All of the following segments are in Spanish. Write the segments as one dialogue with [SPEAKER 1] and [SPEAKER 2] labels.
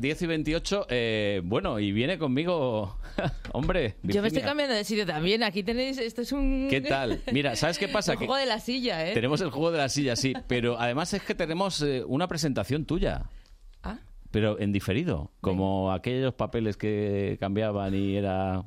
[SPEAKER 1] 10 y 28, eh, bueno, y viene conmigo, hombre.
[SPEAKER 2] Yo me estoy
[SPEAKER 1] Virginia.
[SPEAKER 2] cambiando de sitio también. Aquí tenéis. Esto es un.
[SPEAKER 1] ¿Qué tal? Mira, ¿sabes qué pasa?
[SPEAKER 2] El
[SPEAKER 1] Que
[SPEAKER 2] juego de la silla, ¿eh?
[SPEAKER 1] tenemos el juego de la silla, sí, pero además es que tenemos eh, una presentación tuya.
[SPEAKER 2] Ah.
[SPEAKER 1] Pero en diferido, como aquellos papeles que cambiaban y era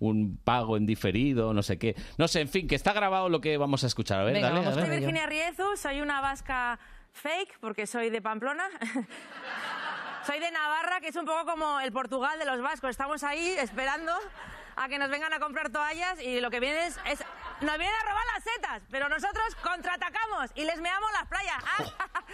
[SPEAKER 1] un pago en diferido, no sé qué. No sé, en fin, que está grabado lo que vamos a escuchar. A ver,
[SPEAKER 2] Venga,
[SPEAKER 1] dale,
[SPEAKER 2] vamos
[SPEAKER 1] a
[SPEAKER 3] Soy
[SPEAKER 1] ver.
[SPEAKER 3] Virginia Riezu, soy una vasca fake porque soy de Pamplona. soy de Navarra, que es un poco como el Portugal de los vascos. Estamos ahí esperando a que nos vengan a comprar toallas y lo que viene es... es- nos vienen a robar las setas, pero nosotros contraatacamos y les meamos las playas. ¡Ah!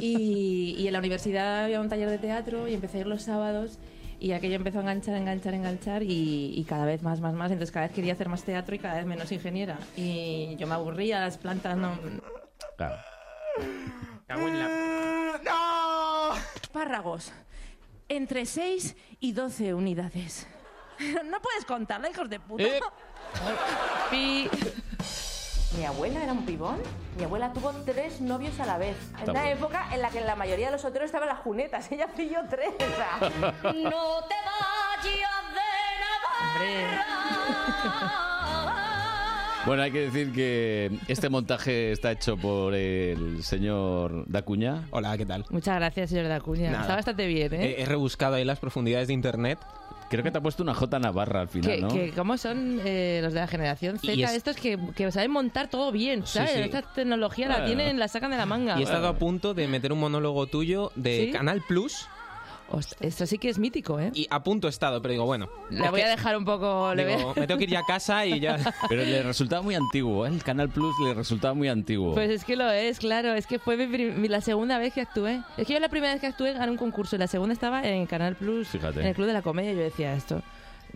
[SPEAKER 2] Y, y en la universidad había un taller de teatro y empecé a ir los sábados y aquello empezó a enganchar, enganchar, enganchar y, y cada vez más, más, más. Entonces cada vez quería hacer más teatro y cada vez menos ingeniera. Y yo me aburría, las plantas no...
[SPEAKER 1] Claro.
[SPEAKER 3] Párragos. Entre 6 y 12 unidades. no puedes contarla, hijos de puta.
[SPEAKER 1] Eh,
[SPEAKER 2] Pi.
[SPEAKER 4] Mi abuela era un pibón. Mi abuela tuvo tres novios a la vez. En una
[SPEAKER 1] bien.
[SPEAKER 4] época en la que la mayoría de los solteros estaban en las junetas. Ella pilló tres. o sea. no te vayas
[SPEAKER 2] Hombre.
[SPEAKER 1] Bueno, hay que decir que este montaje está hecho por el señor Dacuña.
[SPEAKER 5] Hola, ¿qué tal?
[SPEAKER 2] Muchas gracias, señor Dacuña.
[SPEAKER 5] Nada.
[SPEAKER 2] Está bastante bien, ¿eh?
[SPEAKER 5] He, he rebuscado ahí las profundidades de internet.
[SPEAKER 1] Creo que te ha puesto una J Navarra al final,
[SPEAKER 2] que,
[SPEAKER 1] ¿no?
[SPEAKER 2] que cómo son eh, los de la generación Z,
[SPEAKER 5] Y es-
[SPEAKER 2] estos que, que saben montar todo bien, ¿sabes?
[SPEAKER 5] sí.
[SPEAKER 2] Esta tecnología la
[SPEAKER 1] Claro.
[SPEAKER 2] tienen, la sacan de la manga.
[SPEAKER 5] Y he estado a punto de meter un monólogo tuyo de
[SPEAKER 2] Ah, ¿Sí?
[SPEAKER 5] Canal Plus.
[SPEAKER 2] Host- esto sí que es mítico, ¿eh?
[SPEAKER 5] Y a punto he estado, pero digo, bueno.
[SPEAKER 2] La
[SPEAKER 5] es
[SPEAKER 2] voy a
[SPEAKER 5] que-
[SPEAKER 2] dejar un poco... le voy a-
[SPEAKER 5] digo, me tengo que ir ya a casa y ya.
[SPEAKER 1] Pero le resultaba muy antiguo, ¿eh? el Canal Plus le resultaba muy antiguo.
[SPEAKER 2] Pues es que lo es, claro. Es que fue mi prim- mi- la segunda vez que actué. Es que yo la primera vez que actué gané un concurso y la segunda estaba en Canal Plus,
[SPEAKER 1] Fíjate.
[SPEAKER 2] en el Club de la Comedia. y Yo decía esto.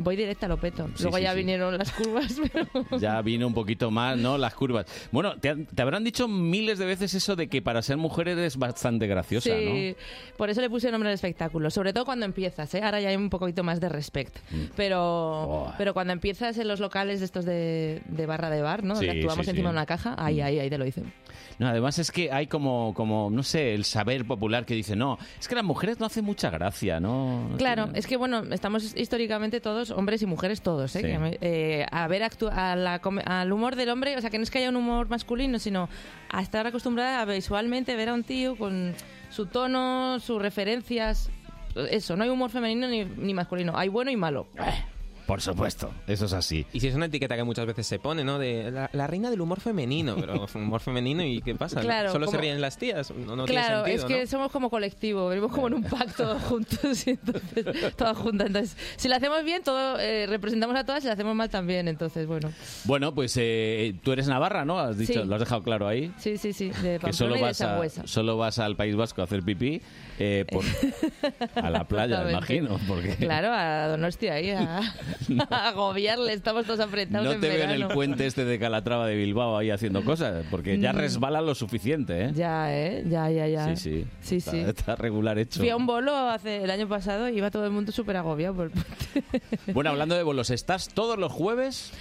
[SPEAKER 2] Voy directa, lo peto.
[SPEAKER 1] Sí,
[SPEAKER 2] Luego
[SPEAKER 1] sí,
[SPEAKER 2] ya
[SPEAKER 1] sí.
[SPEAKER 2] vinieron las curvas, pero...
[SPEAKER 1] Ya vino un poquito más, ¿no? Las curvas. Bueno, te, han- te habrán dicho miles de veces eso de que para ser mujer eres bastante graciosa,
[SPEAKER 2] sí, por eso le puse nombre al espectáculo. Sobre todo cuando empiezas, ¿eh? Ahora ya hay un poquito más de respect. Pero,
[SPEAKER 1] Mm. Buah.
[SPEAKER 2] pero cuando empiezas en los locales de estos de, de barra de bar, ¿no?
[SPEAKER 1] Sí,
[SPEAKER 2] que actuamos
[SPEAKER 1] sí, Mm.
[SPEAKER 2] encima
[SPEAKER 1] sí.
[SPEAKER 2] de una caja, ahí, ahí, ahí te lo dicen.
[SPEAKER 1] ¿no? No, además es que hay como, como, no sé, el saber popular que dice, no, es que las mujeres no hacen mucha gracia, ¿no?
[SPEAKER 2] Claro,
[SPEAKER 1] Tiene-
[SPEAKER 2] es que bueno, estamos históricamente todos, hombres y mujeres todos, ¿eh?
[SPEAKER 1] Sí.
[SPEAKER 2] Que, eh, a ver actu- a la come- al humor del hombre, o sea, que no es que haya un humor masculino, sino a estar acostumbrada a visualmente ver a un tío con su tono, sus referencias. Eso, no hay humor femenino ni, ni masculino, hay bueno y malo.
[SPEAKER 1] Por supuesto, eso es así.
[SPEAKER 5] Y si es una etiqueta que muchas veces se pone, ¿no? De la, la reina del humor femenino, pero humor femenino y ¿qué pasa?
[SPEAKER 2] Claro,
[SPEAKER 5] Solo se
[SPEAKER 2] como-
[SPEAKER 5] ríen las tías, no, no tiene
[SPEAKER 2] claro, es
[SPEAKER 5] sentido,
[SPEAKER 2] que
[SPEAKER 5] ¿no?
[SPEAKER 2] somos como colectivo, vivimos como en un pacto juntos, y entonces, todas juntas. Entonces, si lo hacemos bien, todo eh, representamos a todas, si lo hacemos mal también, entonces, bueno.
[SPEAKER 1] Bueno, pues eh, tú eres navarra, ¿no? Has dicho,
[SPEAKER 2] Sí.
[SPEAKER 1] lo has dejado claro ahí.
[SPEAKER 2] Sí, sí, sí, de
[SPEAKER 1] que solo
[SPEAKER 2] Pamplona y de
[SPEAKER 1] vas, a,
[SPEAKER 2] Sangüesa.
[SPEAKER 1] solo vas al País Vasco a hacer pipí eh, por- a la playa, me
[SPEAKER 2] Exactamente.
[SPEAKER 1] imagino, porque
[SPEAKER 2] Claro, a Donostia ahí, a, a agobiarle, estamos todos apretados
[SPEAKER 1] no
[SPEAKER 2] en
[SPEAKER 1] te veo en el
[SPEAKER 2] verano.
[SPEAKER 1] puente este de Calatrava de Bilbao ahí haciendo cosas, porque ya resbala lo suficiente, ¿eh?
[SPEAKER 2] Mm. Ya, ¿eh? Ya, ya,
[SPEAKER 1] Sí,
[SPEAKER 2] ya.
[SPEAKER 1] sí.
[SPEAKER 2] Sí,
[SPEAKER 1] Está,
[SPEAKER 2] sí.
[SPEAKER 1] está regular hecho.
[SPEAKER 2] Fui a un bolo hace el año pasado y iba todo el mundo súper agobiado por el puente.
[SPEAKER 1] Bueno, hablando de bolos, ¿estás todos los jueves?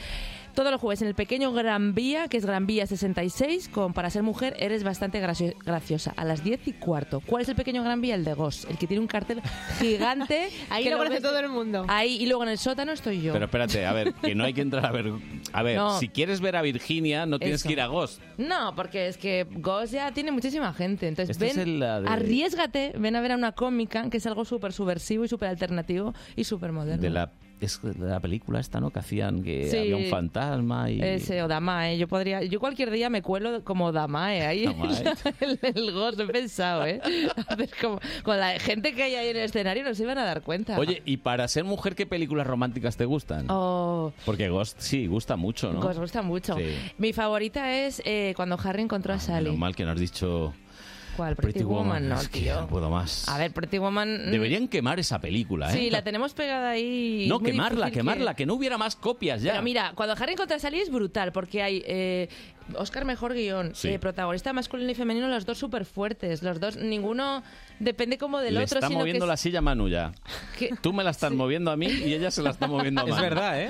[SPEAKER 2] Todos los jueves en el pequeño Gran Vía, que es Gran Vía 66, con Para ser mujer eres bastante gracio- graciosa, a las 10 y cuarto. ¿Cuál es el pequeño Gran Vía? El de Goss, el que tiene un cartel gigante.
[SPEAKER 6] Ahí
[SPEAKER 2] que
[SPEAKER 6] lo conoce
[SPEAKER 2] ves-
[SPEAKER 6] todo el mundo.
[SPEAKER 2] Ahí, y luego en el sótano estoy yo.
[SPEAKER 1] Pero espérate, a ver, que no hay que entrar a ver... A ver,
[SPEAKER 2] No.
[SPEAKER 1] si quieres ver a Virginia, no tienes
[SPEAKER 2] Eso.
[SPEAKER 1] que ir a Ghost.
[SPEAKER 2] No, porque es que Ghost ya tiene muchísima gente. Entonces,
[SPEAKER 1] Esta
[SPEAKER 2] ven,
[SPEAKER 1] Este es la de-
[SPEAKER 2] arriesgate, ven a ver a una cómica, que es algo súper subversivo y súper alternativo y súper moderno.
[SPEAKER 1] De la, es de la película esta, ¿no? Que hacían que
[SPEAKER 2] Sí.
[SPEAKER 1] había un fantasma y...
[SPEAKER 2] Ese Odamae, yo podría, yo cualquier día me cuelo como Odamae ahí en
[SPEAKER 1] Odamae.
[SPEAKER 2] la- en el Ghost, lo he pensado, ¿eh? Hacer como- con la gente que hay ahí en el escenario no se iban a dar cuenta.
[SPEAKER 1] Oye, y para ser mujer, ¿qué películas románticas te gustan?
[SPEAKER 2] Oh,
[SPEAKER 1] Porque Ghost sí, gusta mucho, ¿no?
[SPEAKER 2] Ghost gusta mucho.
[SPEAKER 1] Sí. Ah,
[SPEAKER 2] Mi favorita es eh, cuando Harry encontró a Sally.
[SPEAKER 1] Menos mal que no has dicho
[SPEAKER 2] ¿Cuál?
[SPEAKER 1] Pretty, Woman.
[SPEAKER 2] no,
[SPEAKER 1] Es que pues,
[SPEAKER 2] tío.
[SPEAKER 1] no puedo más.
[SPEAKER 2] A ver, Pretty Woman. mm,
[SPEAKER 1] Deberían quemar esa película, ¿eh?
[SPEAKER 2] Sí, la tenemos pegada ahí.
[SPEAKER 1] No,
[SPEAKER 2] Es muy
[SPEAKER 1] quemarla,
[SPEAKER 2] difícil que- Ah,
[SPEAKER 1] quemarla, que... no hubiera más copias ya.
[SPEAKER 2] Pero mira, cuando Harry encuentra a Sally es brutal, porque hay eh, Oscar mejor guión.
[SPEAKER 1] Sí.
[SPEAKER 2] Eh, protagonista masculino y femenino, los dos súper fuertes. Los dos, ninguno depende como del
[SPEAKER 1] Le
[SPEAKER 2] otro.
[SPEAKER 1] está
[SPEAKER 2] sino
[SPEAKER 1] moviendo
[SPEAKER 2] que
[SPEAKER 1] la
[SPEAKER 2] es-
[SPEAKER 1] silla a Manu ya.
[SPEAKER 2] que-
[SPEAKER 1] Tú me la estás moviendo a mí y ella se la está moviendo a Manu.
[SPEAKER 5] Es verdad, ¿eh?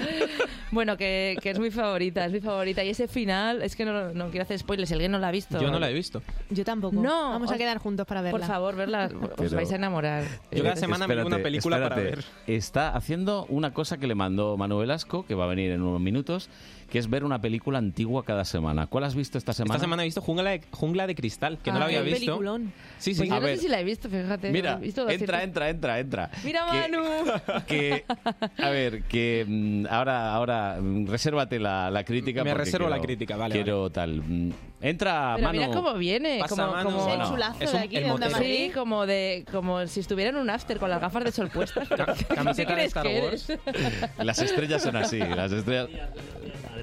[SPEAKER 2] Bueno, que, que es mi favorita, es mi favorita. Y ese final, es que no, no quiero hacer spoilers, si alguien no la ha visto.
[SPEAKER 5] Yo no la he visto.
[SPEAKER 6] Yo tampoco.
[SPEAKER 2] No,
[SPEAKER 6] Vamos
[SPEAKER 2] os-
[SPEAKER 6] a quedar juntos para verla.
[SPEAKER 2] Por favor, verla, os
[SPEAKER 1] Pero-
[SPEAKER 2] vais a enamorar.
[SPEAKER 1] Eh,
[SPEAKER 5] Yo cada semana me veo una película para ver.
[SPEAKER 1] Está haciendo una cosa que le mandó Manuel Velasco, que va a venir en unos minutos, que es ver una película antigua cada semana. ¿Cuál has visto esta semana?
[SPEAKER 5] Esta semana he visto Jungla de, Jungla de Cristal, que no
[SPEAKER 6] Ah,
[SPEAKER 5] la había
[SPEAKER 6] qué
[SPEAKER 5] visto.
[SPEAKER 6] peliculón.
[SPEAKER 5] Sí,
[SPEAKER 2] Pues
[SPEAKER 5] sí.
[SPEAKER 2] yo
[SPEAKER 1] A
[SPEAKER 2] no
[SPEAKER 1] ver.
[SPEAKER 2] sé si la he visto, fíjate.
[SPEAKER 1] Mira,
[SPEAKER 2] he visto
[SPEAKER 1] entra,
[SPEAKER 2] 200.
[SPEAKER 1] entra, entra, entra.
[SPEAKER 2] Mira,
[SPEAKER 1] Que-
[SPEAKER 2] Manu.
[SPEAKER 1] que a ver que mm, ahora ahora mm, resérvate la, la crítica
[SPEAKER 5] Me
[SPEAKER 1] porque
[SPEAKER 5] reservo
[SPEAKER 1] quiero-
[SPEAKER 5] la crítica, vale,
[SPEAKER 1] quiero tal mm, entra
[SPEAKER 2] Pero
[SPEAKER 1] Manu
[SPEAKER 2] mira cómo viene,
[SPEAKER 5] Pasa
[SPEAKER 2] como,
[SPEAKER 5] mano.
[SPEAKER 2] como-
[SPEAKER 6] Es el
[SPEAKER 1] Bueno,
[SPEAKER 6] chulazo
[SPEAKER 5] es
[SPEAKER 6] de
[SPEAKER 5] un-
[SPEAKER 6] aquí,
[SPEAKER 5] el
[SPEAKER 6] de Onda
[SPEAKER 5] motel.
[SPEAKER 6] Madrid.
[SPEAKER 2] Sí, como de como si estuviera en un after con las gafas de sol puestas.
[SPEAKER 5] Ca- camiseta de
[SPEAKER 2] crees
[SPEAKER 5] Star
[SPEAKER 2] que
[SPEAKER 5] Wars.
[SPEAKER 2] eres?
[SPEAKER 1] las estrellas son así las estrellas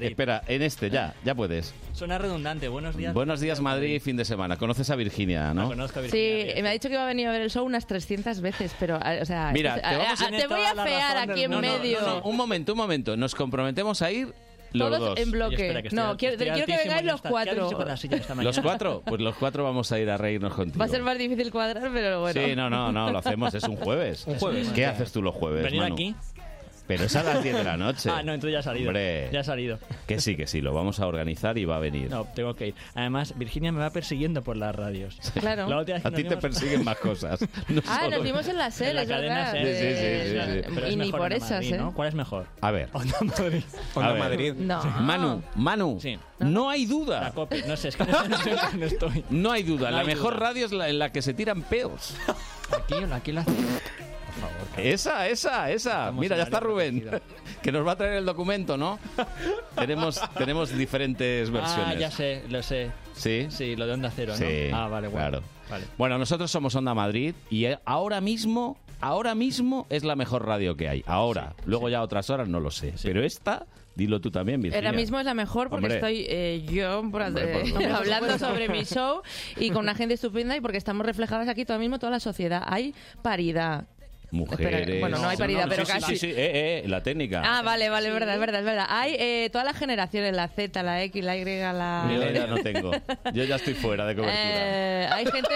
[SPEAKER 1] espera en este ya ya puedes
[SPEAKER 7] Suena redundante. Buenos días.
[SPEAKER 1] buenos días Madrid fin de semana conoces a Virginia
[SPEAKER 7] La
[SPEAKER 1] no
[SPEAKER 7] conozco,
[SPEAKER 2] Sí, eh,
[SPEAKER 7] Virginia,
[SPEAKER 2] me ha dicho que iba a venir a ver el show unas 300 veces, pero, ah, o sea,
[SPEAKER 1] Mira,
[SPEAKER 2] es-
[SPEAKER 1] te
[SPEAKER 2] ah,
[SPEAKER 1] vamos
[SPEAKER 2] ah,
[SPEAKER 7] a tener
[SPEAKER 2] te voy
[SPEAKER 7] toda
[SPEAKER 2] a
[SPEAKER 7] la
[SPEAKER 2] fear
[SPEAKER 7] razón del
[SPEAKER 2] aquí en
[SPEAKER 7] mundo.
[SPEAKER 1] No, no,
[SPEAKER 2] medio.
[SPEAKER 1] no, no, un momento un momento nos comprometemos a ir los
[SPEAKER 2] Todos
[SPEAKER 1] dos
[SPEAKER 2] en bloque.
[SPEAKER 7] Oye, espera, que estoy
[SPEAKER 2] no,
[SPEAKER 7] al-
[SPEAKER 2] quiero,
[SPEAKER 7] estoy
[SPEAKER 2] quiero que
[SPEAKER 7] altísimo,
[SPEAKER 2] vengáis
[SPEAKER 7] ya
[SPEAKER 2] los
[SPEAKER 7] está. Ya lo he dicho
[SPEAKER 2] cuatro.
[SPEAKER 7] por la silla esta
[SPEAKER 1] los
[SPEAKER 7] mañana.
[SPEAKER 1] cuatro pues los cuatro vamos a ir a reírnos contigo
[SPEAKER 2] Va a ser más difícil cuadrar, pero bueno.
[SPEAKER 1] Sí, no, no, no, lo hacemos, es un jueves.
[SPEAKER 5] Un jueves.
[SPEAKER 1] ¿Qué haces tú los jueves,
[SPEAKER 7] Venir
[SPEAKER 1] Manu?
[SPEAKER 7] aquí.
[SPEAKER 1] Pero es a las 10 de la noche.
[SPEAKER 7] Ah, no, entonces ya ha salido.
[SPEAKER 1] Hombre.
[SPEAKER 7] Ya ha salido.
[SPEAKER 1] Que sí, que sí, lo vamos a organizar y va a venir.
[SPEAKER 7] No, tengo que ir. Además, Virginia me va persiguiendo por las radios.
[SPEAKER 2] Claro.
[SPEAKER 7] La última vez que
[SPEAKER 1] a
[SPEAKER 7] nos
[SPEAKER 1] ti te
[SPEAKER 7] vimos-
[SPEAKER 1] persiguen más cosas. no
[SPEAKER 2] Ah,
[SPEAKER 1] solo-
[SPEAKER 2] nos vimos en la
[SPEAKER 7] en
[SPEAKER 2] SEL,
[SPEAKER 7] la
[SPEAKER 2] es
[SPEAKER 7] cadena
[SPEAKER 2] verdad.
[SPEAKER 7] SER.
[SPEAKER 1] Sí, sí, sí,
[SPEAKER 2] de-
[SPEAKER 1] sí,
[SPEAKER 7] Pero es
[SPEAKER 2] Y ni
[SPEAKER 7] mejor
[SPEAKER 2] por
[SPEAKER 7] en
[SPEAKER 2] esas,
[SPEAKER 7] Madrid,
[SPEAKER 2] ¿eh?
[SPEAKER 7] ¿no? ¿Cuál es mejor? Oh,
[SPEAKER 1] A ver,
[SPEAKER 7] Onda Madrid.
[SPEAKER 1] A
[SPEAKER 5] Onda
[SPEAKER 1] ver.
[SPEAKER 5] Madrid.
[SPEAKER 2] No.
[SPEAKER 1] Manu, Manu,
[SPEAKER 7] Ah. Sí.
[SPEAKER 1] no hay
[SPEAKER 7] La
[SPEAKER 1] duda.
[SPEAKER 7] COPE. No sé, es que no sé, no sé en dónde estoy.
[SPEAKER 1] No hay duda,
[SPEAKER 7] No
[SPEAKER 1] la
[SPEAKER 7] hay
[SPEAKER 1] mejor
[SPEAKER 7] duda.
[SPEAKER 1] radio es la en la que se tiran peos.
[SPEAKER 7] Aquí o aquí la...
[SPEAKER 1] Esa, esa, esa.
[SPEAKER 7] Estamos
[SPEAKER 1] Mira, ya
[SPEAKER 7] en
[SPEAKER 1] está
[SPEAKER 7] área
[SPEAKER 1] Rubén,
[SPEAKER 7] protegida.
[SPEAKER 1] que nos va a traer el documento, ¿no? tenemos, tenemos diferentes versiones.
[SPEAKER 7] Ah, ya sé, lo sé.
[SPEAKER 1] Sí,
[SPEAKER 7] Sí, lo de Onda Cero, ¿no?
[SPEAKER 1] Sí,
[SPEAKER 7] Ah, vale, bueno.
[SPEAKER 1] claro.
[SPEAKER 7] Vale.
[SPEAKER 1] Bueno, nosotros somos Onda Madrid y eh, ahora mismo, ahora mismo es la mejor radio que hay. Ahora, luego ya otras horas no lo sé, pero esta, dilo tú también, Virginia.
[SPEAKER 2] Ahora mismo es la mejor porque
[SPEAKER 1] Hombre.
[SPEAKER 2] estoy eh, yo por-
[SPEAKER 1] Hombre, por
[SPEAKER 2] eh,
[SPEAKER 1] supuesto.
[SPEAKER 2] hablando sobre mi show y con una gente estupenda y porque estamos reflejadas aquí todavía mismo toda la sociedad. Hay paridad.
[SPEAKER 1] mujeres.
[SPEAKER 2] Espera, bueno, no hay paridad, pero
[SPEAKER 1] sí, sí,
[SPEAKER 2] casi.
[SPEAKER 1] Sí, sí, eh, eh, la técnica.
[SPEAKER 2] Ah, vale, vale, es verdad, es verdad, es verdad. Hay eh, todas las generaciones, la Z, la X, la Y, la...
[SPEAKER 1] Yo ya no tengo. Yo ya estoy fuera de cobertura.
[SPEAKER 2] Eh, hay gente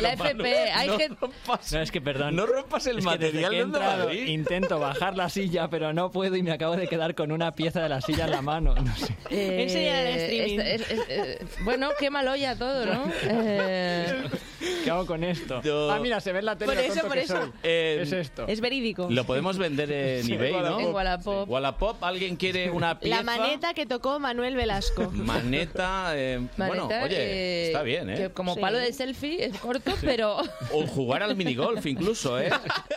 [SPEAKER 2] la FP, hay
[SPEAKER 1] no,
[SPEAKER 2] gente...
[SPEAKER 1] rompas,
[SPEAKER 7] No, es que perdón.
[SPEAKER 1] no rompas el
[SPEAKER 7] Es que desde
[SPEAKER 1] material
[SPEAKER 7] que
[SPEAKER 1] de
[SPEAKER 7] he
[SPEAKER 1] Onda
[SPEAKER 7] entrado,
[SPEAKER 1] Madrid.
[SPEAKER 7] Intento bajar la silla, pero no puedo y me acabo de quedar con una pieza de la silla en la mano. No sé.
[SPEAKER 2] Eh,
[SPEAKER 6] Enseña el streaming.
[SPEAKER 2] es- es- es- eh, bueno, quémalo ya todo, ¿no? Eh,
[SPEAKER 7] ¿Qué hago con esto?
[SPEAKER 1] Yo-
[SPEAKER 7] Ah, mira, se ve en la tele.
[SPEAKER 6] Por
[SPEAKER 7] lo
[SPEAKER 6] eso,
[SPEAKER 7] tonto
[SPEAKER 6] por
[SPEAKER 7] que
[SPEAKER 6] eso.
[SPEAKER 7] soy.
[SPEAKER 1] Eh,
[SPEAKER 7] es esto.
[SPEAKER 6] Es verídico.
[SPEAKER 1] Lo podemos vender en
[SPEAKER 7] Sí,
[SPEAKER 1] eBay, ¿no?
[SPEAKER 2] en Wallapop.
[SPEAKER 1] Wallapop, alguien quiere una pieza.
[SPEAKER 6] La maneta que tocó Manuel Velasco.
[SPEAKER 1] Maneta, eh,
[SPEAKER 2] Maneta,
[SPEAKER 1] bueno, oye,
[SPEAKER 2] eh,
[SPEAKER 1] está bien, ¿eh?
[SPEAKER 2] que como
[SPEAKER 6] Sí.
[SPEAKER 2] palo de selfie es corto, pero
[SPEAKER 1] O jugar al minigolf incluso, ¿eh?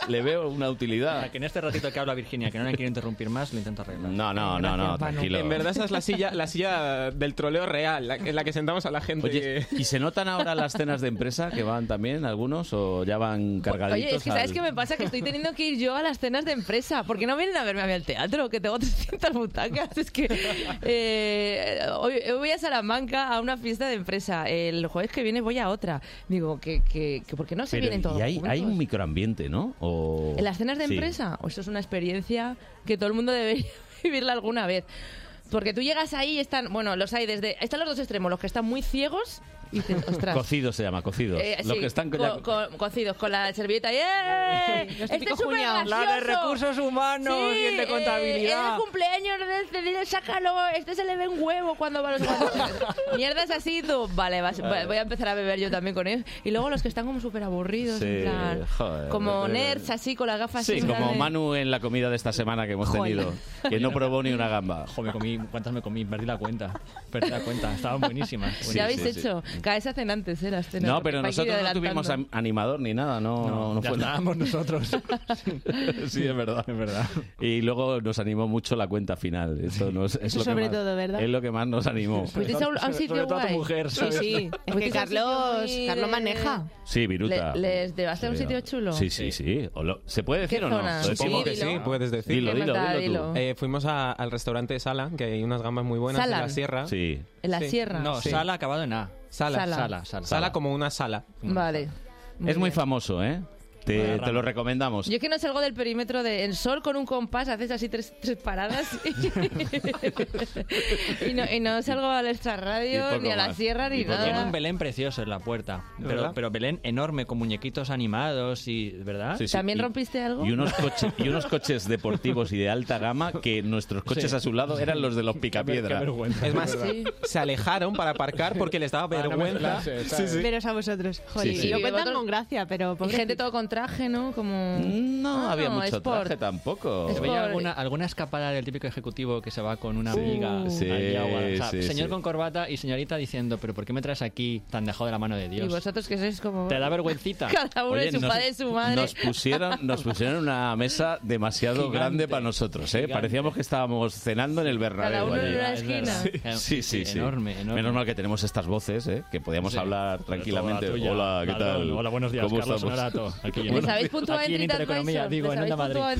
[SPEAKER 1] Le veo una
[SPEAKER 7] Para
[SPEAKER 1] utilidad.
[SPEAKER 7] que en este ratito que habla Virginia, que no la quiero interrumpir más, lo intento arreglar.
[SPEAKER 1] No, no, no, no, tranquilo.
[SPEAKER 5] En verdad esa es la silla, la silla del troleo real, la, en la que sentamos a la gente.
[SPEAKER 1] Oye, ¿y se notan ahora las cenas de empresa que van también algunos o ya van cargaditos?
[SPEAKER 2] oye, es que
[SPEAKER 1] al-
[SPEAKER 2] sabes qué me pasa que estoy teniendo que ir yo a las cenas de empresa, porque no vienen a verme a mí al teatro, que tengo 300 butacas, es que eh, hoy, hoy voy a Salamanca a una fiesta de empresa, el jueves que viene voy a otra. Digo que, que, que ¿por qué no se
[SPEAKER 1] Pero,
[SPEAKER 2] vienen todos
[SPEAKER 1] y hay, hay
[SPEAKER 2] juntos?
[SPEAKER 1] un microambiente, ¿no? O...
[SPEAKER 2] ¿En las cenas de
[SPEAKER 1] Sí.
[SPEAKER 2] empresa? O eso es una experiencia que todo el mundo debería vivirla alguna vez. Porque tú llegas ahí y están, bueno, los hay desde, están los dos extremos, los que están muy ciegos y dicen, ostras.
[SPEAKER 1] Cocido se llama, cocido.
[SPEAKER 2] eh,
[SPEAKER 1] Los
[SPEAKER 2] sí,
[SPEAKER 1] que están...
[SPEAKER 2] co-
[SPEAKER 1] ya-
[SPEAKER 2] co- cocidos con la servilleta. ¡Eh!
[SPEAKER 6] Los
[SPEAKER 2] ¡Este
[SPEAKER 6] típicos
[SPEAKER 2] es súper
[SPEAKER 6] juniaos.
[SPEAKER 2] gracioso!
[SPEAKER 7] La de recursos humanos
[SPEAKER 2] Sí,
[SPEAKER 7] y el de
[SPEAKER 2] eh, es
[SPEAKER 7] contabilidad.
[SPEAKER 2] el cumpleaños de este, dile, sácalo, este se le ve un huevo cuando va a los Mierdas así, tú. Vale, vas- va- voy a empezar a beber yo también con él. Y luego los que están como súper aburridos,
[SPEAKER 1] Sí,
[SPEAKER 2] en plan,
[SPEAKER 1] joder.
[SPEAKER 2] como nerds así con las gafas.
[SPEAKER 1] Sí,
[SPEAKER 2] en plan
[SPEAKER 1] como
[SPEAKER 2] de-
[SPEAKER 1] Manu en la comida de esta semana que hemos tenido, que no probó ni una gamba.
[SPEAKER 7] Ojo, me comí, ¿cuántas me comí? Perdí la cuenta. Perdí la cuenta. Estaban buenísimas.
[SPEAKER 2] ¿Ya
[SPEAKER 1] Sí,
[SPEAKER 2] habéis
[SPEAKER 1] sí,
[SPEAKER 2] hecho? Cada vez hacen antes, ¿eh? Las cenas.
[SPEAKER 1] No,
[SPEAKER 2] porque
[SPEAKER 1] pero
[SPEAKER 2] para ir
[SPEAKER 1] nosotros no
[SPEAKER 2] adelantando.
[SPEAKER 1] tuvimos am- animador ni nada, no, no, no
[SPEAKER 7] ya
[SPEAKER 1] fue nada.
[SPEAKER 7] estábamos nosotros.
[SPEAKER 1] Sí, es verdad.
[SPEAKER 7] Es verdad.
[SPEAKER 1] Y luego nos animó mucho la cuenta final. Eso nos- es
[SPEAKER 6] Eso
[SPEAKER 1] lo que
[SPEAKER 6] sobre
[SPEAKER 1] más-
[SPEAKER 6] todo, ¿verdad?
[SPEAKER 1] Es lo que más nos animó.
[SPEAKER 2] Fuisteis a un, a un
[SPEAKER 7] Sobre-
[SPEAKER 2] sitio
[SPEAKER 7] sobre todo a tu
[SPEAKER 2] guay.
[SPEAKER 7] mujer,
[SPEAKER 6] Sí,
[SPEAKER 7] ¿sabes?
[SPEAKER 6] sí. Es que
[SPEAKER 2] Fuisteis a un sitio
[SPEAKER 6] Carlos,
[SPEAKER 2] muy-
[SPEAKER 6] Carlos maneja.
[SPEAKER 1] Sí, Viruta.
[SPEAKER 2] Le- ¿les llevaste a un
[SPEAKER 1] Sí.
[SPEAKER 2] sitio chulo?
[SPEAKER 1] Sí, sí, sí. O lo- ¿Se puede decir
[SPEAKER 2] ¿Qué
[SPEAKER 1] o no?
[SPEAKER 2] zona?
[SPEAKER 1] ¿Lo
[SPEAKER 2] Sí,
[SPEAKER 1] decimos?
[SPEAKER 5] Supongo que sí,
[SPEAKER 2] dilo.
[SPEAKER 5] puedes decir.
[SPEAKER 1] Dilo,
[SPEAKER 2] ¿Qué más
[SPEAKER 1] dilo,
[SPEAKER 2] da?
[SPEAKER 1] dilo tú.
[SPEAKER 2] Dilo.
[SPEAKER 5] Eh, fuimos a- al restaurante Sala, que hay unas gambas muy buenas en
[SPEAKER 2] Sala.
[SPEAKER 5] la sierra.
[SPEAKER 1] Sí.
[SPEAKER 2] En la
[SPEAKER 5] Sí.
[SPEAKER 2] sierra.
[SPEAKER 7] No,
[SPEAKER 5] Sí.
[SPEAKER 7] sala acabado en A.
[SPEAKER 5] Sala.
[SPEAKER 2] Sala.
[SPEAKER 7] Sala, sala.
[SPEAKER 5] Sala como una sala.
[SPEAKER 2] Vale.
[SPEAKER 1] es muy
[SPEAKER 2] bien.
[SPEAKER 1] famoso, ¿eh? Te, te lo recomendamos.
[SPEAKER 2] Yo es que no salgo del perímetro de en sol con un compás, haces así tres, tres paradas y, y no, y no salgo al
[SPEAKER 1] Y
[SPEAKER 2] extrarradio,
[SPEAKER 1] poco
[SPEAKER 2] ni a la
[SPEAKER 1] más.
[SPEAKER 2] sierra,
[SPEAKER 1] Y
[SPEAKER 2] ni
[SPEAKER 1] poco
[SPEAKER 7] Tiene un
[SPEAKER 2] nada.
[SPEAKER 7] Belén precioso en la puerta. Pero,
[SPEAKER 5] ¿Verdad?
[SPEAKER 7] pero Belén enorme, con muñequitos animados y... ¿Verdad?
[SPEAKER 1] Sí, sí.
[SPEAKER 2] ¿También
[SPEAKER 1] Y-
[SPEAKER 2] rompiste algo?
[SPEAKER 1] Y unos, coche- y unos coches deportivos y de alta gama que nuestros coches
[SPEAKER 7] Sí.
[SPEAKER 1] a su lado eran los de los
[SPEAKER 7] Qué ver- qué
[SPEAKER 1] picapiedra.
[SPEAKER 7] vergüenza.
[SPEAKER 5] Es más,
[SPEAKER 2] Sí.
[SPEAKER 5] se alejaron para aparcar porque les
[SPEAKER 7] Ah,
[SPEAKER 5] daba
[SPEAKER 8] Para no
[SPEAKER 5] vergüenza.
[SPEAKER 8] mezclarse, ¿sabes?
[SPEAKER 6] Veros a vosotros. Joder,
[SPEAKER 1] sí.
[SPEAKER 6] y lo
[SPEAKER 2] Y
[SPEAKER 6] cuentan
[SPEAKER 2] vosotros-
[SPEAKER 6] con gracia, pero...
[SPEAKER 2] Y
[SPEAKER 6] pobre-
[SPEAKER 2] gente todo con traje, ¿no? Como...
[SPEAKER 1] No
[SPEAKER 2] Ah,
[SPEAKER 1] había
[SPEAKER 2] no,
[SPEAKER 1] mucho
[SPEAKER 2] sport.
[SPEAKER 1] traje tampoco.
[SPEAKER 7] ¿Se veía
[SPEAKER 2] Por-
[SPEAKER 7] alguna, alguna escapada del típico ejecutivo que se va con una
[SPEAKER 1] Sí.
[SPEAKER 7] amiga?
[SPEAKER 1] Sí,
[SPEAKER 7] allí a WhatsApp?
[SPEAKER 1] sí,
[SPEAKER 7] Señor
[SPEAKER 1] sí.
[SPEAKER 7] con corbata y señorita diciendo, pero ¿por qué me traes aquí tan dejado de la mano de
[SPEAKER 2] Y
[SPEAKER 7] Dios?
[SPEAKER 2] vosotros que sois como...
[SPEAKER 7] Te da vergüencita.
[SPEAKER 2] Cada uno
[SPEAKER 1] Oye,
[SPEAKER 2] de su padre y su madre.
[SPEAKER 1] nos pusieron, nos pusieron una mesa demasiado
[SPEAKER 7] Gigante,
[SPEAKER 1] grande para nosotros. ¿eh?
[SPEAKER 7] gigante.
[SPEAKER 1] Parecíamos que estábamos cenando en el
[SPEAKER 2] Cada
[SPEAKER 1] Bernabéu.
[SPEAKER 2] uno
[SPEAKER 1] allí.
[SPEAKER 2] en una
[SPEAKER 7] Es verdad.
[SPEAKER 2] esquina.
[SPEAKER 1] Sí, sí, sí.
[SPEAKER 7] Enorme, enorme.
[SPEAKER 1] Menos mal que tenemos estas voces, ¿eh? que podíamos
[SPEAKER 7] Sí.
[SPEAKER 1] hablar tranquilamente.
[SPEAKER 7] Hola, tuya.
[SPEAKER 1] Hola, ¿qué
[SPEAKER 7] Perdón,
[SPEAKER 1] tal?
[SPEAKER 7] Hola, buenos días,
[SPEAKER 1] ¿Cómo
[SPEAKER 7] Carlos
[SPEAKER 1] estamos?
[SPEAKER 7] Honorato. Aquí,
[SPEAKER 2] ¿Les habéis puntuado
[SPEAKER 7] aquí
[SPEAKER 2] en
[SPEAKER 7] en Intereconomía,
[SPEAKER 2] TripAdvisor?
[SPEAKER 7] digo,
[SPEAKER 2] ¿Les
[SPEAKER 7] en
[SPEAKER 2] habéis
[SPEAKER 7] Onda Madrid.
[SPEAKER 2] puntuado en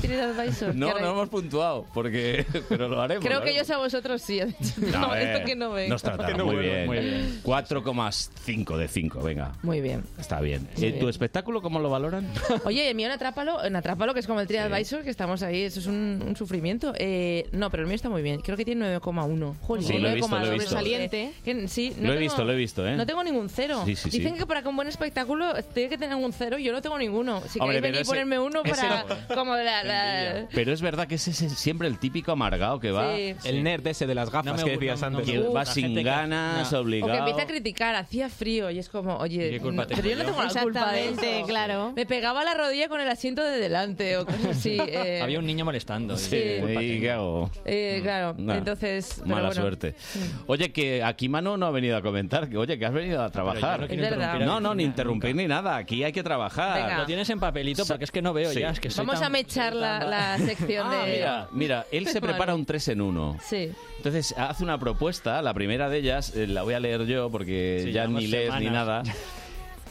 [SPEAKER 2] TripAdvisor?
[SPEAKER 1] No,
[SPEAKER 2] Que ahora-
[SPEAKER 1] no hemos puntuado, porque... pero lo haremos.
[SPEAKER 2] Creo
[SPEAKER 1] lo
[SPEAKER 2] que
[SPEAKER 1] haremos.
[SPEAKER 2] ellos a vosotros sí. han dicho,
[SPEAKER 1] A
[SPEAKER 2] No,
[SPEAKER 1] ver,
[SPEAKER 2] esto que no ven.
[SPEAKER 1] Nos trataron
[SPEAKER 7] no
[SPEAKER 1] muy,
[SPEAKER 7] vuelvo,
[SPEAKER 1] bien.
[SPEAKER 7] muy bien.
[SPEAKER 1] 4,5 de 5, venga.
[SPEAKER 2] Muy bien.
[SPEAKER 1] Está bien.
[SPEAKER 2] Muy
[SPEAKER 1] Eh,
[SPEAKER 2] bien.
[SPEAKER 1] ¿Tu espectáculo cómo lo valoran?
[SPEAKER 2] Oye, el mío en Atrápalo, en Atrápalo, que es como el TripAdvisor, que estamos ahí, eso es un, un sufrimiento. Eh, no, pero el mío está muy bien. Creo que tiene 9,1. Jolín,
[SPEAKER 1] Sí, lo he visto, lo he
[SPEAKER 2] 9,2.
[SPEAKER 1] visto.
[SPEAKER 6] Sobresaliente.
[SPEAKER 2] Que- sí, no
[SPEAKER 1] Lo he
[SPEAKER 2] tengo-
[SPEAKER 1] visto, lo he visto, ¿eh?
[SPEAKER 2] No tengo ningún cero.
[SPEAKER 1] Sí, sí, sí.
[SPEAKER 2] Dicen que para que un buen espectáculo tiene que tener un cero. Yo no tengo ninguno. Si
[SPEAKER 1] Hombre,
[SPEAKER 2] queréis venir
[SPEAKER 1] pero
[SPEAKER 2] y
[SPEAKER 1] ese-
[SPEAKER 2] ponerme uno
[SPEAKER 1] ese
[SPEAKER 2] para... Como la... la-
[SPEAKER 1] Pero es verdad que ese es siempre el típico amargado que va...
[SPEAKER 2] sí.
[SPEAKER 5] El nerd ese de las gafas
[SPEAKER 7] me
[SPEAKER 5] que
[SPEAKER 7] gu-
[SPEAKER 5] decías
[SPEAKER 7] no- no
[SPEAKER 5] antes.
[SPEAKER 1] Que
[SPEAKER 7] me Uh,
[SPEAKER 1] va
[SPEAKER 7] la gente
[SPEAKER 1] sin
[SPEAKER 7] que-
[SPEAKER 1] ganas,
[SPEAKER 7] no.
[SPEAKER 2] O que
[SPEAKER 1] obligado.
[SPEAKER 2] empieza a criticar, hacía frío y es como, oye,
[SPEAKER 7] ¿Qué culpa
[SPEAKER 2] no-
[SPEAKER 7] tengo
[SPEAKER 2] pero yo no
[SPEAKER 7] yo?
[SPEAKER 2] tengo la culpa de
[SPEAKER 6] Exactamente,
[SPEAKER 2] eso.
[SPEAKER 6] claro.
[SPEAKER 2] Me pegaba la rodilla con el asiento de delante o cosas así. eh.
[SPEAKER 7] Había un niño molestando.
[SPEAKER 1] Sí,
[SPEAKER 7] y- culpa
[SPEAKER 1] ¿y
[SPEAKER 7] tengo.
[SPEAKER 1] qué hago?
[SPEAKER 2] Eh,
[SPEAKER 7] Mm,
[SPEAKER 2] claro,
[SPEAKER 1] Nah,
[SPEAKER 2] entonces... pero
[SPEAKER 1] Mala
[SPEAKER 2] bueno.
[SPEAKER 1] suerte. Oye, que aquí Mano no ha venido a comentar. Que, oye, que has venido a trabajar.
[SPEAKER 7] no
[SPEAKER 2] quiero Es verdad. interrumpir
[SPEAKER 1] no, no, ni interrumpir ni nada. Aquí hay que trabajar.
[SPEAKER 2] Venga.
[SPEAKER 7] Lo tienes en papelito porque es que no veo
[SPEAKER 1] Sí.
[SPEAKER 7] ya. Es que soy
[SPEAKER 2] Vamos
[SPEAKER 7] tan-
[SPEAKER 2] a mechar
[SPEAKER 7] soy
[SPEAKER 2] la,
[SPEAKER 7] tan-
[SPEAKER 2] la sección
[SPEAKER 1] Ah,
[SPEAKER 2] de...
[SPEAKER 1] mira, mira, él se prepara un 3 en 1.
[SPEAKER 2] Sí.
[SPEAKER 1] Entonces hace una propuesta, la primera de ellas, eh, la voy a leer yo porque
[SPEAKER 7] Sí,
[SPEAKER 1] ya
[SPEAKER 7] llevamos
[SPEAKER 1] ni lees ni
[SPEAKER 7] semanas.
[SPEAKER 1] nada.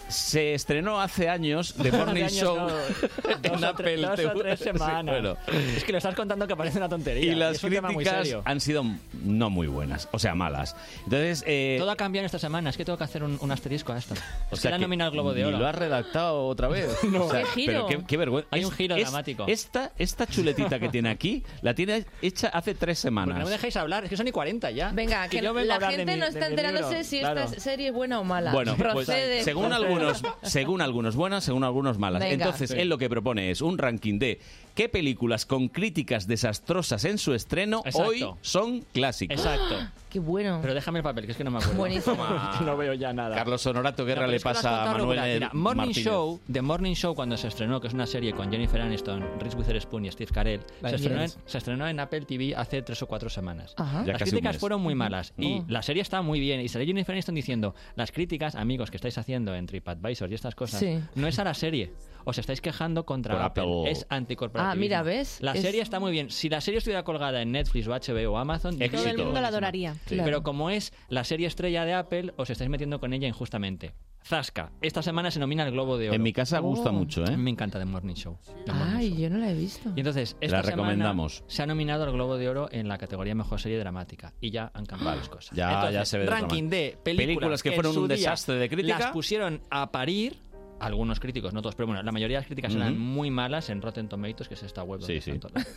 [SPEAKER 1] Se estrenó hace años The Morning
[SPEAKER 7] Años,
[SPEAKER 1] Show
[SPEAKER 7] no,
[SPEAKER 1] en
[SPEAKER 7] dos o
[SPEAKER 1] Apple
[SPEAKER 7] tres- dos
[SPEAKER 1] TV.
[SPEAKER 7] o tres
[SPEAKER 1] Sí,
[SPEAKER 7] semanas.
[SPEAKER 1] bueno.
[SPEAKER 7] Es que lo estás contando que parece una tontería.
[SPEAKER 1] Y las
[SPEAKER 7] es un tema muy
[SPEAKER 1] críticas
[SPEAKER 7] serio.
[SPEAKER 1] han sido no muy buenas, o sea, malas. Entonces, eh,
[SPEAKER 7] Todo ha cambiado en esta semana. Es que tengo que hacer un, un asterisco a esto.
[SPEAKER 1] o
[SPEAKER 7] O
[SPEAKER 1] sea
[SPEAKER 7] sea,
[SPEAKER 1] que
[SPEAKER 7] nominado al Globo de
[SPEAKER 1] ni
[SPEAKER 7] Oro.
[SPEAKER 1] lo has redactado otra vez. O sea,
[SPEAKER 2] Qué
[SPEAKER 1] Pero
[SPEAKER 2] giro.
[SPEAKER 1] qué, qué vergüenza.
[SPEAKER 7] Hay
[SPEAKER 1] Es-
[SPEAKER 7] un giro
[SPEAKER 1] es-
[SPEAKER 7] dramático.
[SPEAKER 1] Esta, esta chuletita que tiene aquí la tiene hecha hace tres
[SPEAKER 7] Porque no
[SPEAKER 1] semanas.
[SPEAKER 7] me dejáis hablar. Es que son y 40 ya.
[SPEAKER 2] Venga,
[SPEAKER 7] Que
[SPEAKER 2] que
[SPEAKER 7] yo vengo a
[SPEAKER 2] la
[SPEAKER 7] hablar de
[SPEAKER 2] gente
[SPEAKER 7] mi-
[SPEAKER 2] no
[SPEAKER 7] de
[SPEAKER 2] está
[SPEAKER 7] mi libro.
[SPEAKER 2] enterándose si
[SPEAKER 7] Claro.
[SPEAKER 2] esta serie es buena o mala.
[SPEAKER 1] Bueno, pues,
[SPEAKER 2] procede.
[SPEAKER 1] según algunos, según algunos buenas, según algunos malas.
[SPEAKER 2] Venga.
[SPEAKER 1] Entonces, él lo que propone es un ranking de qué películas con críticas desastrosas en su estreno
[SPEAKER 7] Exacto.
[SPEAKER 1] hoy son clásicos.
[SPEAKER 7] Exacto.
[SPEAKER 2] Qué bueno.
[SPEAKER 7] Pero déjame el papel, que es que no me acuerdo.
[SPEAKER 2] Buenísimo.
[SPEAKER 7] no veo ya nada.
[SPEAKER 1] Carlos Honorato Guerra
[SPEAKER 7] No, pero
[SPEAKER 1] le
[SPEAKER 7] es que lo has
[SPEAKER 1] pasa a
[SPEAKER 7] contado
[SPEAKER 1] Manuel
[SPEAKER 7] regular. Mira, Morning
[SPEAKER 1] Martínez.
[SPEAKER 7] Show, The Morning Show cuando se estrenó, que es una serie con Jennifer Aniston, Reese Witherspoon y Steve Carell, se estrenó, en, se estrenó en Apple TV hace tres o cuatro semanas.
[SPEAKER 2] Ajá.
[SPEAKER 1] Ya
[SPEAKER 7] Las
[SPEAKER 1] casi un
[SPEAKER 7] críticas
[SPEAKER 1] mes.
[SPEAKER 7] fueron muy malas y
[SPEAKER 2] Oh.
[SPEAKER 7] la serie está muy bien y sale Jennifer Aniston diciendo, las críticas, amigos, que estáis haciendo en TripAdvisor y estas cosas,
[SPEAKER 2] Sí.
[SPEAKER 7] no es a la serie. Os estáis quejando
[SPEAKER 1] Por
[SPEAKER 7] contra Apple.
[SPEAKER 1] Apple.
[SPEAKER 7] Es anticorporativismo.
[SPEAKER 2] Ah, mira, ¿ves?
[SPEAKER 7] La
[SPEAKER 2] Es-
[SPEAKER 7] serie está muy bien. Si la serie estuviera colgada en Netflix o HBO o Amazon, yo-
[SPEAKER 1] Éxito.
[SPEAKER 6] Todo el mundo la adoraría.
[SPEAKER 2] Claro.
[SPEAKER 7] pero como es la serie estrella de Apple, os estáis metiendo con ella injustamente. Zasca. Esta semana se nomina el Globo de Oro.
[SPEAKER 1] En mi casa gusta
[SPEAKER 2] Oh.
[SPEAKER 1] mucho, ¿eh?
[SPEAKER 7] Me encanta The Morning Show. The Morning
[SPEAKER 2] Ay,
[SPEAKER 7] Show.
[SPEAKER 2] yo no la he visto.
[SPEAKER 7] Y entonces, esta
[SPEAKER 1] La
[SPEAKER 7] semana
[SPEAKER 1] recomendamos.
[SPEAKER 7] se ha nominado al Globo de Oro en la categoría Mejor Serie Dramática. Y ya han cambiado las cosas.
[SPEAKER 1] Ya-
[SPEAKER 7] Entonces,
[SPEAKER 1] ya se ve de otra
[SPEAKER 7] Ranking
[SPEAKER 1] manera.
[SPEAKER 7] de películas,
[SPEAKER 1] Películas que
[SPEAKER 7] en
[SPEAKER 1] fueron
[SPEAKER 7] su
[SPEAKER 1] un
[SPEAKER 7] día
[SPEAKER 1] desastre de crítica.
[SPEAKER 7] Las pusieron a parir. Algunos críticos, no todos, pero bueno, la mayoría de las críticas eran
[SPEAKER 1] Ujú.
[SPEAKER 7] muy malas en Rotten Tomatoes, que es esta web. donde
[SPEAKER 1] Sí, sí.
[SPEAKER 7] están todas.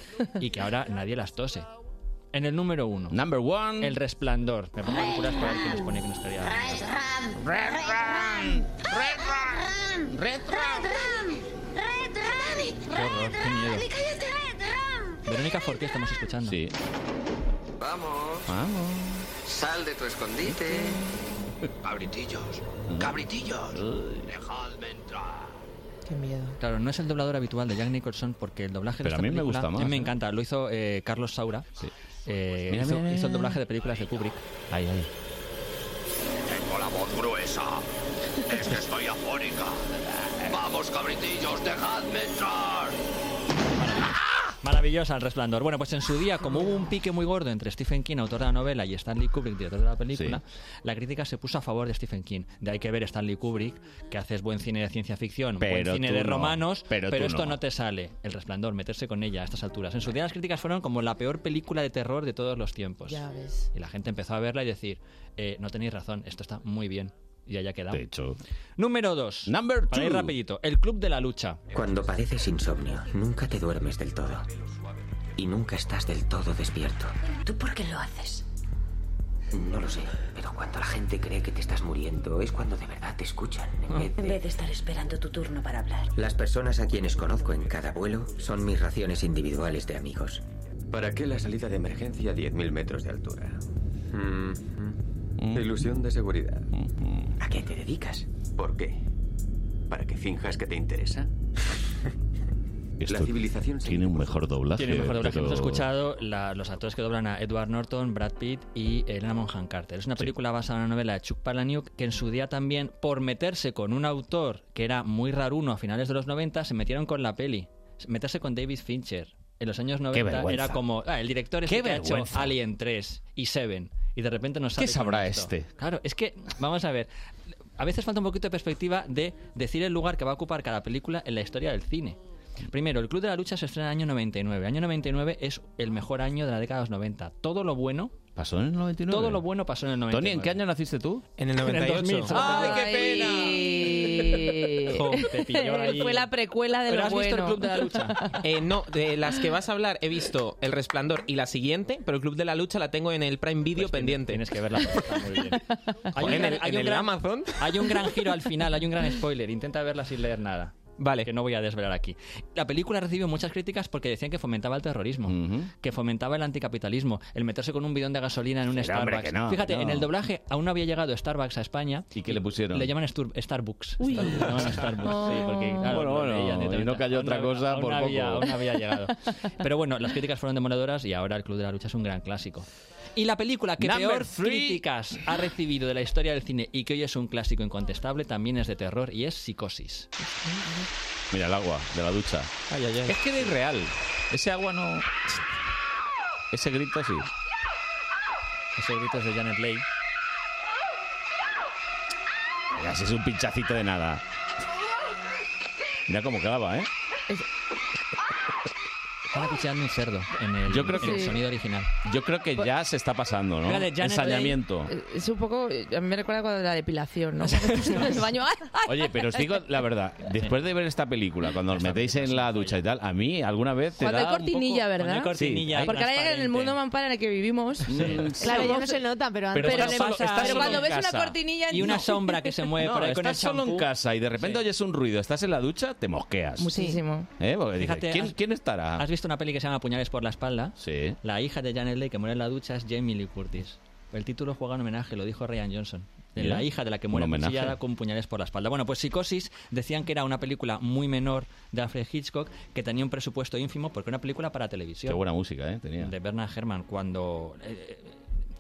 [SPEAKER 7] Y que ahora nadie las tose. En el número uno,
[SPEAKER 1] Number one.
[SPEAKER 7] El Resplandor. Me pongo películas para ver quién les pone que no estaría. Qué horror, qué miedo. Verónica Forqué estamos escuchando.
[SPEAKER 1] Sí.
[SPEAKER 9] Vamos,
[SPEAKER 1] Vamos.
[SPEAKER 9] sal de tu escondite. Cabritillos, cabritillos, dejadme entrar.
[SPEAKER 2] Qué miedo.
[SPEAKER 7] Claro, no es el doblador habitual de Jack Nicholson porque el doblaje de
[SPEAKER 1] Pero a
[SPEAKER 7] esta
[SPEAKER 1] mí me
[SPEAKER 7] película-
[SPEAKER 1] gusta más,
[SPEAKER 7] A mí me
[SPEAKER 1] ¿eh?
[SPEAKER 7] encanta, lo hizo eh, Carlos Saura.
[SPEAKER 1] Sí.
[SPEAKER 7] Eh,
[SPEAKER 1] Mira,
[SPEAKER 7] hizo,
[SPEAKER 1] mira, mira,
[SPEAKER 7] hizo el
[SPEAKER 1] mira.
[SPEAKER 7] doblaje de películas de Kubrick. Ahí, ahí.
[SPEAKER 9] Tengo la voz gruesa. Es que estoy afónica. Vamos, cabritillos, dejadme entrar.
[SPEAKER 7] Maravillosa el resplandor. Bueno, pues en su día, como hubo un pique muy gordo entre Stephen King, autor de la novela, y Stanley Kubrick, director de la película, la crítica se puso a favor de Stephen King. De hay que ver Stanley Kubrick, que haces buen cine de ciencia ficción,
[SPEAKER 1] Pero
[SPEAKER 7] buen cine
[SPEAKER 1] tú
[SPEAKER 7] de
[SPEAKER 1] no,
[SPEAKER 7] romanos,
[SPEAKER 1] pero
[SPEAKER 7] pero,
[SPEAKER 1] tú
[SPEAKER 7] esto
[SPEAKER 1] no.
[SPEAKER 7] no. te sale. El resplandor, meterse con ella a estas alturas. En su día las críticas fueron como la peor película de terror de todos los tiempos.
[SPEAKER 2] Ya ves.
[SPEAKER 7] Y la gente empezó a verla y decir, eh, no tenéis razón, esto está muy bien. Y allá queda.
[SPEAKER 1] De hecho.
[SPEAKER 7] Número 2.
[SPEAKER 1] Number
[SPEAKER 7] Para ir
[SPEAKER 1] two.
[SPEAKER 7] rapidito. El Club de la Lucha.
[SPEAKER 8] Cuando padeces insomnio, nunca te duermes del todo. Y nunca estás del todo despierto.
[SPEAKER 10] ¿Tú por qué lo haces?
[SPEAKER 8] No lo sé, pero cuando la gente cree que te estás muriendo es cuando de verdad te escuchan. En vez
[SPEAKER 10] En
[SPEAKER 8] de...
[SPEAKER 10] vez de estar esperando tu turno para hablar.
[SPEAKER 8] Las personas a quienes conozco en cada vuelo son mis raciones individuales de amigos.
[SPEAKER 11] ¿Para qué la salida de emergencia a 10.000 metros de altura? Mm, Ilusión de seguridad.
[SPEAKER 8] ¿A qué te dedicas?
[SPEAKER 11] ¿Por qué? ¿Para que finjas que te interesa?
[SPEAKER 1] Esto
[SPEAKER 11] la civilización se
[SPEAKER 1] tiene un mejor doblaje.
[SPEAKER 7] Tiene el mejor doblaje.
[SPEAKER 1] pero-
[SPEAKER 7] Hemos escuchado la- los actores que doblan a Edward Norton, Brad Pitt y Elena Monjan Carter. Es una película basada en una novela de Chuck Palahniuk que en su día también, por meterse con un autor que era muy raruno a finales de los 90, se metieron con la peli. Meterse con David Fincher en los años 90
[SPEAKER 1] vergüenza.
[SPEAKER 7] era como... ah, el director es
[SPEAKER 1] ¡Qué
[SPEAKER 7] el que ha hecho
[SPEAKER 1] vergüenza!
[SPEAKER 7] Alien 3 y Seven. Y de repente nos sale
[SPEAKER 1] ¿Qué
[SPEAKER 7] con
[SPEAKER 1] sabrá
[SPEAKER 7] esto.
[SPEAKER 1] este?
[SPEAKER 7] Claro, es que, vamos a ver... A veces falta un poquito de perspectiva de decir el lugar que va a ocupar cada película en la historia del cine. Primero, el Club de la Lucha se estrena en el año 99. año 99 es el mejor año de la década de los 90. Todo lo bueno,
[SPEAKER 1] ¿Pasó en el 99?
[SPEAKER 7] todo lo bueno pasó en el 99.
[SPEAKER 1] Tony, ¿en qué año naciste tú?
[SPEAKER 5] En el 98.
[SPEAKER 7] 2000, solo
[SPEAKER 5] ¡Ay,
[SPEAKER 7] te-
[SPEAKER 5] qué pena!
[SPEAKER 2] Ay.
[SPEAKER 7] Jo, te pilló ahí.
[SPEAKER 2] Fue la precuela de
[SPEAKER 7] ¿Pero
[SPEAKER 2] lo
[SPEAKER 7] has visto el
[SPEAKER 2] bueno.
[SPEAKER 7] Club de la Lucha?
[SPEAKER 5] Eh, no, de las que vas a hablar he visto El Resplandor y la siguiente, pero el Club de la Lucha la tengo en el Prime Video pendiente.
[SPEAKER 7] Pues Tienes que verla. porque está muy bien. Hay un
[SPEAKER 5] en
[SPEAKER 7] gran-
[SPEAKER 5] el,
[SPEAKER 7] hay
[SPEAKER 5] en
[SPEAKER 7] un
[SPEAKER 5] el
[SPEAKER 7] gran-
[SPEAKER 5] Amazon.
[SPEAKER 7] Hay un gran giro al final, hay un gran spoiler. Intenta verla sin leer nada.
[SPEAKER 5] Vale.
[SPEAKER 7] Que no voy a desvelar aquí. La película recibió muchas críticas porque decían que fomentaba el terrorismo,
[SPEAKER 1] Ujú.
[SPEAKER 7] que fomentaba el anticapitalismo, el meterse con un bidón de gasolina en un
[SPEAKER 1] Pero, hombre, que
[SPEAKER 7] Starbucks.
[SPEAKER 1] no,
[SPEAKER 7] Fíjate,
[SPEAKER 1] que no.
[SPEAKER 7] en el doblaje aún no había llegado Starbucks a España.
[SPEAKER 1] ¿Y qué le pusieron?
[SPEAKER 7] Le llaman Stur- Starbucks. Le llaman Starbucks, sí, porque, claro,
[SPEAKER 1] Bueno,
[SPEAKER 7] lo
[SPEAKER 1] bueno,
[SPEAKER 7] leían
[SPEAKER 1] y
[SPEAKER 7] directamente.
[SPEAKER 1] no cayó
[SPEAKER 7] Aún
[SPEAKER 1] otra cosa
[SPEAKER 7] aún
[SPEAKER 1] por
[SPEAKER 7] había-
[SPEAKER 1] poco.
[SPEAKER 7] aún había llegado. Pero bueno, las críticas fueron demoledoras y ahora el Club de la Lucha es un gran clásico. Y la película que
[SPEAKER 1] Number
[SPEAKER 7] peor
[SPEAKER 1] three.
[SPEAKER 7] críticas ha recibido de la historia del cine y que hoy es un clásico incontestable también es de terror y es Psicosis.
[SPEAKER 1] Mira, el agua de la ducha.
[SPEAKER 5] Ay, ay, ay.
[SPEAKER 1] Es que era irreal. Ese agua no... Ese grito sí.
[SPEAKER 7] Ese grito es de Janet Leigh.
[SPEAKER 1] Mira, si es un pinchacito de nada. Mira cómo clava, ¿eh?
[SPEAKER 7] Estaba cuchillando un cerdo en el,
[SPEAKER 1] Yo creo
[SPEAKER 7] en el
[SPEAKER 1] que-
[SPEAKER 7] sonido original.
[SPEAKER 1] Yo creo que ya se está pasando, ¿no?
[SPEAKER 7] Fíjate, Janet Leigh-
[SPEAKER 1] Ensañamiento.
[SPEAKER 2] Eh, Es un poco... eh, A mí me recuerda cuando la depilación, ¿no? el baño... ¡ay, ay!
[SPEAKER 1] Oye, pero os digo la verdad, después de ver esta película, cuando os metéis en la ducha y tal, a mí alguna vez te
[SPEAKER 2] Cuando hay
[SPEAKER 1] da un
[SPEAKER 2] cortinilla,
[SPEAKER 1] poco-
[SPEAKER 2] ¿verdad?
[SPEAKER 7] Cuando hay cortinilla, hay
[SPEAKER 2] Porque ahora ya en el
[SPEAKER 7] transparente.
[SPEAKER 2] mundo mampara en el que vivimos...
[SPEAKER 1] mm,
[SPEAKER 6] Claro, ya no
[SPEAKER 2] somos-
[SPEAKER 6] se nota, pero antes.
[SPEAKER 1] Pero, estás
[SPEAKER 2] Pero le-
[SPEAKER 1] solo-
[SPEAKER 7] pasa-
[SPEAKER 1] estás
[SPEAKER 7] pero
[SPEAKER 1] solo
[SPEAKER 2] cuando
[SPEAKER 1] en
[SPEAKER 2] ves una
[SPEAKER 1] casa.
[SPEAKER 2] cortinilla,
[SPEAKER 7] Y una
[SPEAKER 2] no.
[SPEAKER 7] sombra que se mueve
[SPEAKER 1] No,
[SPEAKER 7] por ahí con el
[SPEAKER 1] estás solo en
[SPEAKER 7] champú.
[SPEAKER 1] casa y de repente
[SPEAKER 7] Sí.
[SPEAKER 1] oyes un ruido, estás en la ducha, te mosqueas.
[SPEAKER 2] Muchísimo.
[SPEAKER 1] ¿Eh? Porque dices,
[SPEAKER 7] Fíjate,
[SPEAKER 1] ¿quién,
[SPEAKER 7] has-
[SPEAKER 1] quién estará?
[SPEAKER 7] ¿Has visto una peli que se llama Puñales por la espalda?
[SPEAKER 1] Sí.
[SPEAKER 7] La hija de Janet Leigh que muere en la ducha es Jamie Lee Curtis. El título juega un homenaje, lo dijo Ryan Johnson. De
[SPEAKER 1] Mira,
[SPEAKER 7] la hija de la que
[SPEAKER 1] un
[SPEAKER 7] muere
[SPEAKER 1] homenaje.
[SPEAKER 7] acuchillada con puñales por la espalda. Bueno, pues Psicosis decían que era una película muy menor de Alfred Hitchcock que tenía un presupuesto ínfimo porque era una película para
[SPEAKER 1] Qué
[SPEAKER 7] televisión
[SPEAKER 1] buena música, ¿eh? Tenía.
[SPEAKER 7] de Bernard Herrmann cuando eh, eh,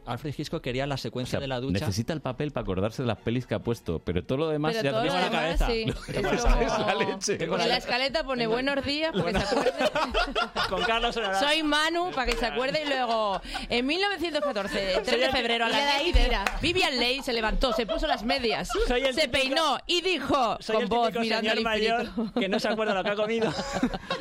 [SPEAKER 7] Alfred Hitchcock quería la
[SPEAKER 1] O
[SPEAKER 7] secuencia
[SPEAKER 1] sea,
[SPEAKER 7] de la ducha.
[SPEAKER 1] necesita el papel para acordarse de las pelis que ha puesto, pero todo lo demás
[SPEAKER 2] Pero
[SPEAKER 1] ya
[SPEAKER 2] todo
[SPEAKER 1] tengo
[SPEAKER 2] lo
[SPEAKER 1] la
[SPEAKER 2] demás,
[SPEAKER 1] cabeza.
[SPEAKER 2] sí. Es
[SPEAKER 1] Pues,
[SPEAKER 2] como-
[SPEAKER 1] es la leche.
[SPEAKER 7] Tengo
[SPEAKER 2] En la escaleta pone buenos días, porque se acuerde.
[SPEAKER 7] Con Carlos Herrera.
[SPEAKER 2] Soy Manu, para que se acuerde. Y luego, en 1914, el 3 de febrero, a
[SPEAKER 6] Y le da
[SPEAKER 2] la
[SPEAKER 6] ahí, tira.
[SPEAKER 2] Vivian Leigh se levantó, se puso las medias,
[SPEAKER 7] Soy el
[SPEAKER 2] se
[SPEAKER 7] típico-
[SPEAKER 2] peinó y dijo,
[SPEAKER 7] Soy
[SPEAKER 2] con
[SPEAKER 7] el
[SPEAKER 2] voz
[SPEAKER 7] típico
[SPEAKER 2] mirando al
[SPEAKER 7] señor mayor
[SPEAKER 2] infinito.
[SPEAKER 7] que no se acuerda lo que ha comido,